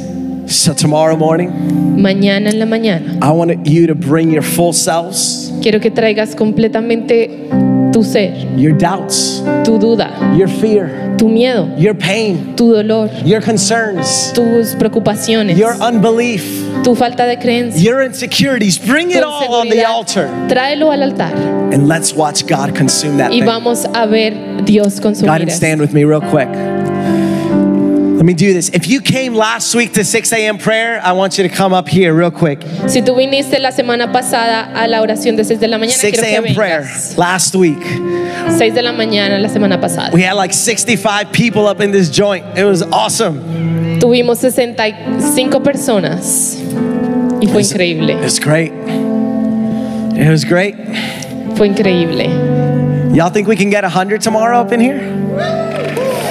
[SPEAKER 1] So tomorrow morning,
[SPEAKER 2] Mañana en la mañana,
[SPEAKER 1] I want you to bring your full selves,
[SPEAKER 2] quiero que traigas completamente tu ser,
[SPEAKER 1] your doubts,
[SPEAKER 2] tu duda,
[SPEAKER 1] your fear,
[SPEAKER 2] tu miedo,
[SPEAKER 1] your pain,
[SPEAKER 2] tu dolor,
[SPEAKER 1] your concerns,
[SPEAKER 2] tus preocupaciones,
[SPEAKER 1] your unbelief,
[SPEAKER 2] tu falta de creencia.
[SPEAKER 1] your insecurities. Bring
[SPEAKER 2] tu
[SPEAKER 1] it all on the
[SPEAKER 2] inseguridad.
[SPEAKER 1] altar
[SPEAKER 2] Tráelo al altar
[SPEAKER 1] and let's watch God consume that
[SPEAKER 2] y
[SPEAKER 1] thing.
[SPEAKER 2] vamos a ver Dios
[SPEAKER 1] Go ahead
[SPEAKER 2] consumir.
[SPEAKER 1] and
[SPEAKER 2] eso.
[SPEAKER 1] stand with me real quick. Let me do this. If you came last week to 6 a.m. prayer, I want you to come up here real quick.
[SPEAKER 2] Si tú viniste la semana pasada a la oración de 6 de la mañana,
[SPEAKER 1] 6
[SPEAKER 2] quiero que
[SPEAKER 1] a.m. prayer
[SPEAKER 2] vengas.
[SPEAKER 1] last week.
[SPEAKER 2] 6 de la mañana la semana pasada.
[SPEAKER 1] We had like 65 people up in this joint. It was awesome.
[SPEAKER 2] Tuvimos 65 personas y fue increíble,
[SPEAKER 1] It was great. It was great.
[SPEAKER 2] fue increíble.
[SPEAKER 1] Y'all think we can get 100 tomorrow up in here?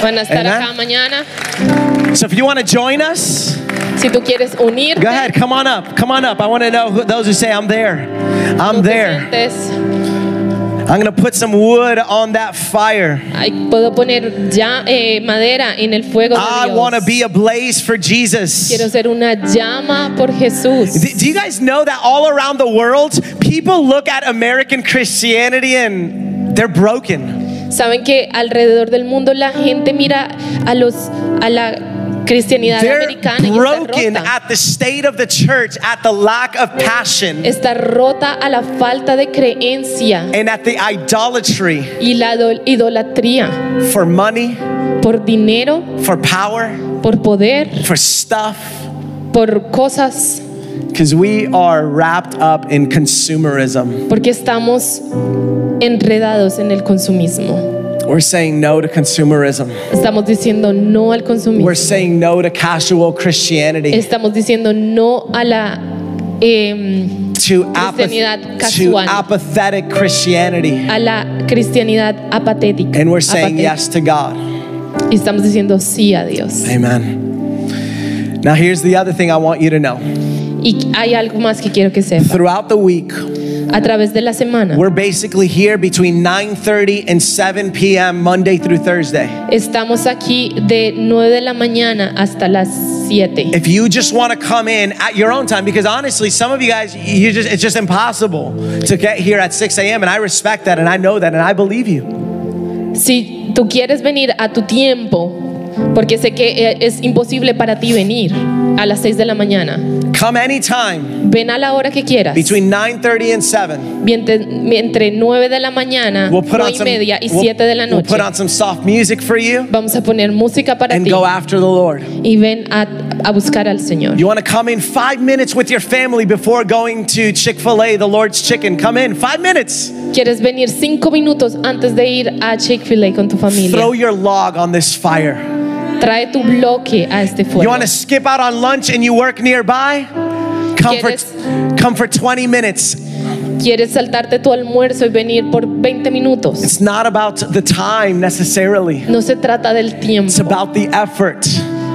[SPEAKER 2] Van a
[SPEAKER 1] Amen.
[SPEAKER 2] estar acá mañana.
[SPEAKER 1] So if you want to join us,
[SPEAKER 2] Si tú quieres unirte,
[SPEAKER 1] go ahead. Come on up. Come on up. I want to know who, those who say, I'm there. I'm
[SPEAKER 2] tú te
[SPEAKER 1] there.
[SPEAKER 2] sientes,
[SPEAKER 1] I'm going to put some wood on that fire.
[SPEAKER 2] ay, puedo poner ya eh, madera en el fuego. de
[SPEAKER 1] I
[SPEAKER 2] Dios.
[SPEAKER 1] want to be ablaze for Jesus.
[SPEAKER 2] Quiero ser una llama por Jesús.
[SPEAKER 1] Do, do you guys know that all around the world, people look at American Christianity and they're broken.
[SPEAKER 2] Saben que alrededor del mundo la gente mira a los a la cristianidad
[SPEAKER 1] They're
[SPEAKER 2] americana y
[SPEAKER 1] broken
[SPEAKER 2] está rota.
[SPEAKER 1] at the state of the church, at the lack of passion,
[SPEAKER 2] Está rota a la falta de creencia
[SPEAKER 1] and at the idolatry
[SPEAKER 2] y la idol- idolatría
[SPEAKER 1] for money,
[SPEAKER 2] por dinero,
[SPEAKER 1] for power,
[SPEAKER 2] por poder,
[SPEAKER 1] for stuff.
[SPEAKER 2] por cosas,
[SPEAKER 1] Because we are wrapped up in consumerism.
[SPEAKER 2] porque estamos enredados en el consumismo.
[SPEAKER 1] We're saying no to consumerism.
[SPEAKER 2] Estamos diciendo no al consumismo.
[SPEAKER 1] We're saying no to casual Christianity,
[SPEAKER 2] Estamos diciendo no a la em,
[SPEAKER 1] to, apath-
[SPEAKER 2] Cristianidad
[SPEAKER 1] to
[SPEAKER 2] casual.
[SPEAKER 1] apathetic Christianity.
[SPEAKER 2] a la cristianidad apatética.
[SPEAKER 1] And we're saying
[SPEAKER 2] apatética.
[SPEAKER 1] yes to God.
[SPEAKER 2] Y estamos diciendo sí a Dios.
[SPEAKER 1] Amen. Now, here's the other thing I want you to know.
[SPEAKER 2] Y hay algo más que quiero que sepa.
[SPEAKER 1] Throughout the week,
[SPEAKER 2] A través de la semana
[SPEAKER 1] we're basically here between 9:30 and 7 p.m. Monday through Thursday.
[SPEAKER 2] estamos aquí de 9 de la mañana hasta las 7.
[SPEAKER 1] If you just want to come in at your own time, because honestly, some of you guys, you just it's just impossible to get here at 6 a.m. And I respect that, and I know that, and I believe you.
[SPEAKER 2] Si tú quieres venir a tu tiempo, porque sé que eh, es imposible para ti venir a las 6 de la mañana,
[SPEAKER 1] Come anytime
[SPEAKER 2] ven a la hora que quieras.
[SPEAKER 1] between 9:30 and 7.
[SPEAKER 2] Entre, entre 9 de la mañana,
[SPEAKER 1] We'll put
[SPEAKER 2] 9
[SPEAKER 1] on
[SPEAKER 2] y
[SPEAKER 1] some
[SPEAKER 2] media y
[SPEAKER 1] we'll-
[SPEAKER 2] 7 de la
[SPEAKER 1] we'll
[SPEAKER 2] noche.
[SPEAKER 1] put on some soft music for you
[SPEAKER 2] Vamos a poner música para
[SPEAKER 1] and
[SPEAKER 2] ti
[SPEAKER 1] go after the Lord.
[SPEAKER 2] y ven a, a buscar al Señor.
[SPEAKER 1] You want to come in five minutes with your family before going to Chick fil A, the Lord's Chicken. Come in five minutes.
[SPEAKER 2] ¿Quieres venir cinco minutos antes de ir a Chick-fil-A con tu familia?
[SPEAKER 1] Throw your log on this fire.
[SPEAKER 2] Trae tu bloque a este
[SPEAKER 1] You
[SPEAKER 2] fuego.
[SPEAKER 1] want to skip out on lunch and you work nearby? Come for, come for 20 minutes.
[SPEAKER 2] ¿Quieres saltarte tu almuerzo y venir por 20 minutos?
[SPEAKER 1] It's not about the time necessarily,
[SPEAKER 2] No se trata del tiempo,
[SPEAKER 1] it's about the effort,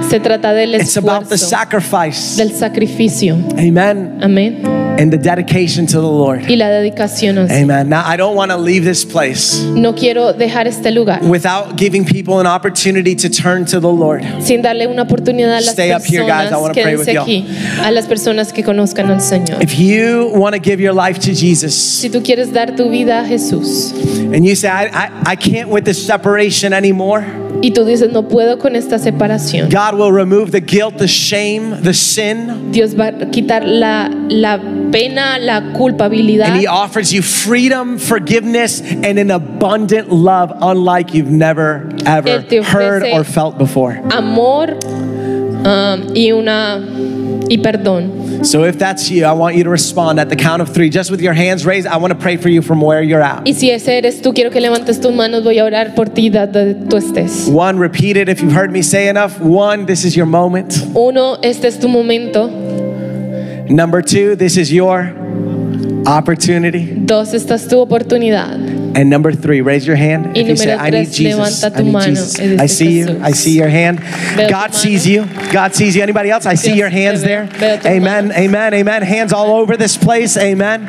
[SPEAKER 2] se trata del
[SPEAKER 1] it's about the
[SPEAKER 2] esfuerzo,
[SPEAKER 1] sacrifice.
[SPEAKER 2] del sacrificio.
[SPEAKER 1] Amen.
[SPEAKER 2] Amén.
[SPEAKER 1] And the dedication to the Lord.
[SPEAKER 2] Y la dedicación. al Señor.
[SPEAKER 1] Amen. Now, I don't want to leave this place
[SPEAKER 2] No quiero dejar este lugar
[SPEAKER 1] without giving people an opportunity to turn to the Lord.
[SPEAKER 2] sin darle una oportunidad a las
[SPEAKER 1] Stay up here, guys. I wanna
[SPEAKER 2] personas
[SPEAKER 1] pray with
[SPEAKER 2] quédense
[SPEAKER 1] y'all.
[SPEAKER 2] aquí, a las personas que conozcan al Señor.
[SPEAKER 1] If you want to give your life to Jesus
[SPEAKER 2] Si tú quieres dar tu vida a Jesús
[SPEAKER 1] and you say, I, I, I can't with this separation anymore,
[SPEAKER 2] y tú dices, no puedo con esta separación.
[SPEAKER 1] God will remove the guilt, the shame, the sin,
[SPEAKER 2] Dios va a quitar la, la pena, la culpabilidad
[SPEAKER 1] and He offers you freedom, forgiveness, and an abundant love unlike you've never, ever
[SPEAKER 2] Él te
[SPEAKER 1] heard
[SPEAKER 2] ofrece-
[SPEAKER 1] or felt before.
[SPEAKER 2] amor um, y una y perdón.
[SPEAKER 1] So if that's you, I want you to respond at the count of three. Just with your hands raised, I want to pray for you from where you're at.
[SPEAKER 2] Y si ese eres tú, quiero que levantes tus manos, voy a orar por ti da- donde tú estés.
[SPEAKER 1] One, repeat it if you've heard me say enough. One, this is your moment.
[SPEAKER 2] Uno, este es tu momento.
[SPEAKER 1] Number two, this is your opportunity.
[SPEAKER 2] Dos, esta es tu oportunidad.
[SPEAKER 1] And number three, raise your hand.
[SPEAKER 2] Y
[SPEAKER 1] If you
[SPEAKER 2] número
[SPEAKER 1] say, I need
[SPEAKER 2] tres,
[SPEAKER 1] Jesus,
[SPEAKER 2] levanta
[SPEAKER 1] I
[SPEAKER 2] tu
[SPEAKER 1] need
[SPEAKER 2] mano
[SPEAKER 1] Jesus.
[SPEAKER 2] y dice,
[SPEAKER 1] I see you.
[SPEAKER 2] "Jesús".
[SPEAKER 1] I see your hand.
[SPEAKER 2] Veo tu
[SPEAKER 1] God
[SPEAKER 2] mano.
[SPEAKER 1] sees you. God sees you. Anybody else? I see
[SPEAKER 2] Dios
[SPEAKER 1] your
[SPEAKER 2] te
[SPEAKER 1] hands
[SPEAKER 2] ve.
[SPEAKER 1] there.
[SPEAKER 2] Veo tu
[SPEAKER 1] Amen.
[SPEAKER 2] mano.
[SPEAKER 1] Amen. Amen. Hands all over this place. Amen.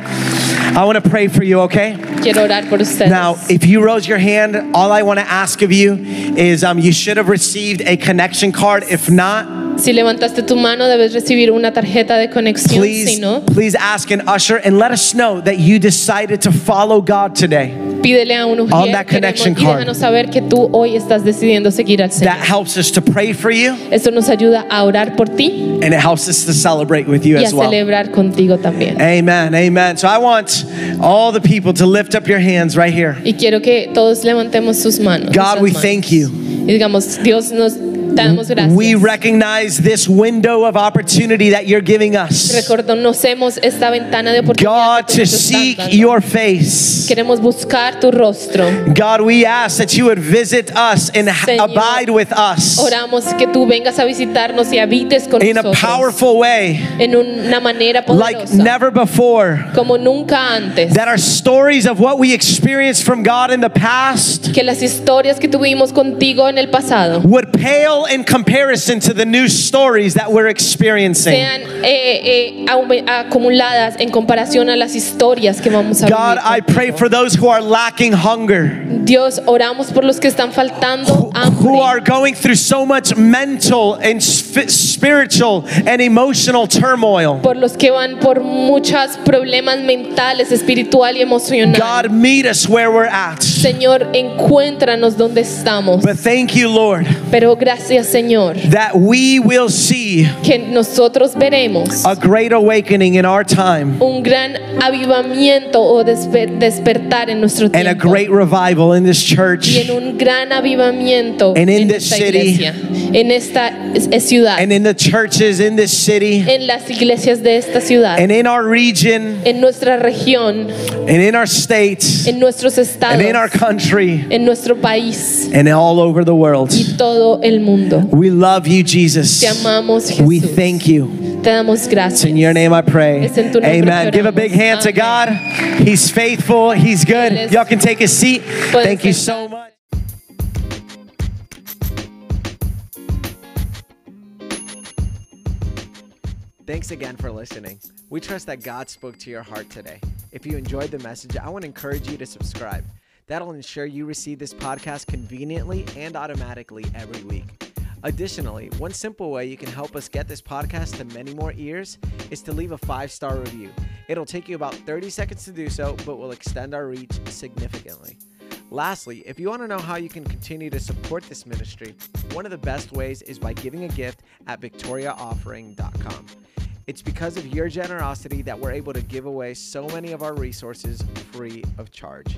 [SPEAKER 1] I want to pray for you, okay?
[SPEAKER 2] Quiero orar por ustedes.
[SPEAKER 1] Now, if you rose your hand, all I want to ask of you is um, you should have received a connection card. If not,
[SPEAKER 2] si levantaste tu mano, debes recibir una tarjeta de conexión. si
[SPEAKER 1] please,
[SPEAKER 2] no,
[SPEAKER 1] please ask an usher and let us know that you decided to follow God today.
[SPEAKER 2] pídele a un
[SPEAKER 1] On that
[SPEAKER 2] ujier queremos-
[SPEAKER 1] connection
[SPEAKER 2] y déjanos saber que tú hoy estás decidiendo seguir al Señor.
[SPEAKER 1] That helps us to pray for you.
[SPEAKER 2] Esto nos ayuda a orar por ti
[SPEAKER 1] and it helps us to celebrate with you
[SPEAKER 2] y a
[SPEAKER 1] as well.
[SPEAKER 2] celebrar contigo también.
[SPEAKER 1] Amen, amen. So I want all the people to lift up your hands right here.
[SPEAKER 2] Y quiero que todos levantemos sus manos.
[SPEAKER 1] God,
[SPEAKER 2] nuestras
[SPEAKER 1] we
[SPEAKER 2] manos.
[SPEAKER 1] thank you.
[SPEAKER 2] Y digamos, Dios, nos te damos gracias.
[SPEAKER 1] We recognize this window of opportunity that you're giving us.
[SPEAKER 2] Reconocemos esta ventana de oportunidad.
[SPEAKER 1] God,
[SPEAKER 2] que tú
[SPEAKER 1] to
[SPEAKER 2] nos estás
[SPEAKER 1] seek
[SPEAKER 2] dando.
[SPEAKER 1] your face.
[SPEAKER 2] Queremos buscar tu rostro.
[SPEAKER 1] God, we ask that you would visit us and ha-
[SPEAKER 2] Señor,
[SPEAKER 1] abide with us
[SPEAKER 2] Oramos que tú vengas a visitarnos y habites con
[SPEAKER 1] in a
[SPEAKER 2] nosotros
[SPEAKER 1] powerful way,
[SPEAKER 2] en una manera
[SPEAKER 1] like
[SPEAKER 2] poderosa,
[SPEAKER 1] never before.
[SPEAKER 2] como nunca antes.
[SPEAKER 1] That our stories of what we experienced from God in the past
[SPEAKER 2] que las historias que tuvimos contigo en el pasado
[SPEAKER 1] would pale pale in comparison to the new stories that we're experiencing.
[SPEAKER 2] sean eh, eh, aume- acumuladas en comparación a las historias que vamos a vivir.
[SPEAKER 1] God, I pray for those who are lacking hunger,
[SPEAKER 2] Dios, oramos por los que están faltando
[SPEAKER 1] who are
[SPEAKER 2] hambre,
[SPEAKER 1] going through so much mental and sp- spiritual and emotional turmoil.
[SPEAKER 2] por los que van por muchos problemas mentales, espiritual y emocional.
[SPEAKER 1] God, meet us where we're at.
[SPEAKER 2] Señor, encuéntranos donde estamos.
[SPEAKER 1] But thank you, Lord,
[SPEAKER 2] Pero gracias, Señor,
[SPEAKER 1] that we will see
[SPEAKER 2] que nosotros veremos
[SPEAKER 1] a great awakening in our time
[SPEAKER 2] un gran avivamiento o despe- despertar en nuestro
[SPEAKER 1] and a
[SPEAKER 2] tiempo.
[SPEAKER 1] great revival in this
[SPEAKER 2] y
[SPEAKER 1] church
[SPEAKER 2] en un gran avivamiento
[SPEAKER 1] And in
[SPEAKER 2] en
[SPEAKER 1] this
[SPEAKER 2] esta
[SPEAKER 1] city.
[SPEAKER 2] iglesia, en esta es- es ciudad,
[SPEAKER 1] and in the churches in this city
[SPEAKER 2] en las iglesias de esta ciudad,
[SPEAKER 1] and in our region
[SPEAKER 2] en nuestra región,
[SPEAKER 1] and in our states
[SPEAKER 2] en nuestros estados,
[SPEAKER 1] and in our country
[SPEAKER 2] en nuestro país
[SPEAKER 1] and all over the world.
[SPEAKER 2] y todo el mundo.
[SPEAKER 1] We love you, Jesus.
[SPEAKER 2] Te amamos, Jesús.
[SPEAKER 1] We thank you.
[SPEAKER 2] Te damos gracias.
[SPEAKER 1] It's in your name I pray.
[SPEAKER 2] Es en tu nombre que
[SPEAKER 1] Amen. Give a big hand to
[SPEAKER 2] oramos.
[SPEAKER 1] God. He's faithful. He's
[SPEAKER 2] Él
[SPEAKER 1] good.
[SPEAKER 2] es-
[SPEAKER 1] Y'all can take a seat.
[SPEAKER 2] Pueden
[SPEAKER 1] Thank you
[SPEAKER 2] sentarse.
[SPEAKER 1] so much.
[SPEAKER 5] Thanks again for listening. We trust that God spoke to your heart today. If you enjoyed the message, I want to encourage you to subscribe. That'll ensure you receive this podcast conveniently and automatically every week. Additionally, one simple way you can help us get this podcast to many more ears is to leave a five star review. It'll take you about 30 seconds to do so, but will extend our reach significantly. Lastly, if you want to know how you can continue to support this ministry, one of the best ways is by giving a gift at victoriaoffering.com. It's because of your generosity that we're able to give away so many of our resources free of charge.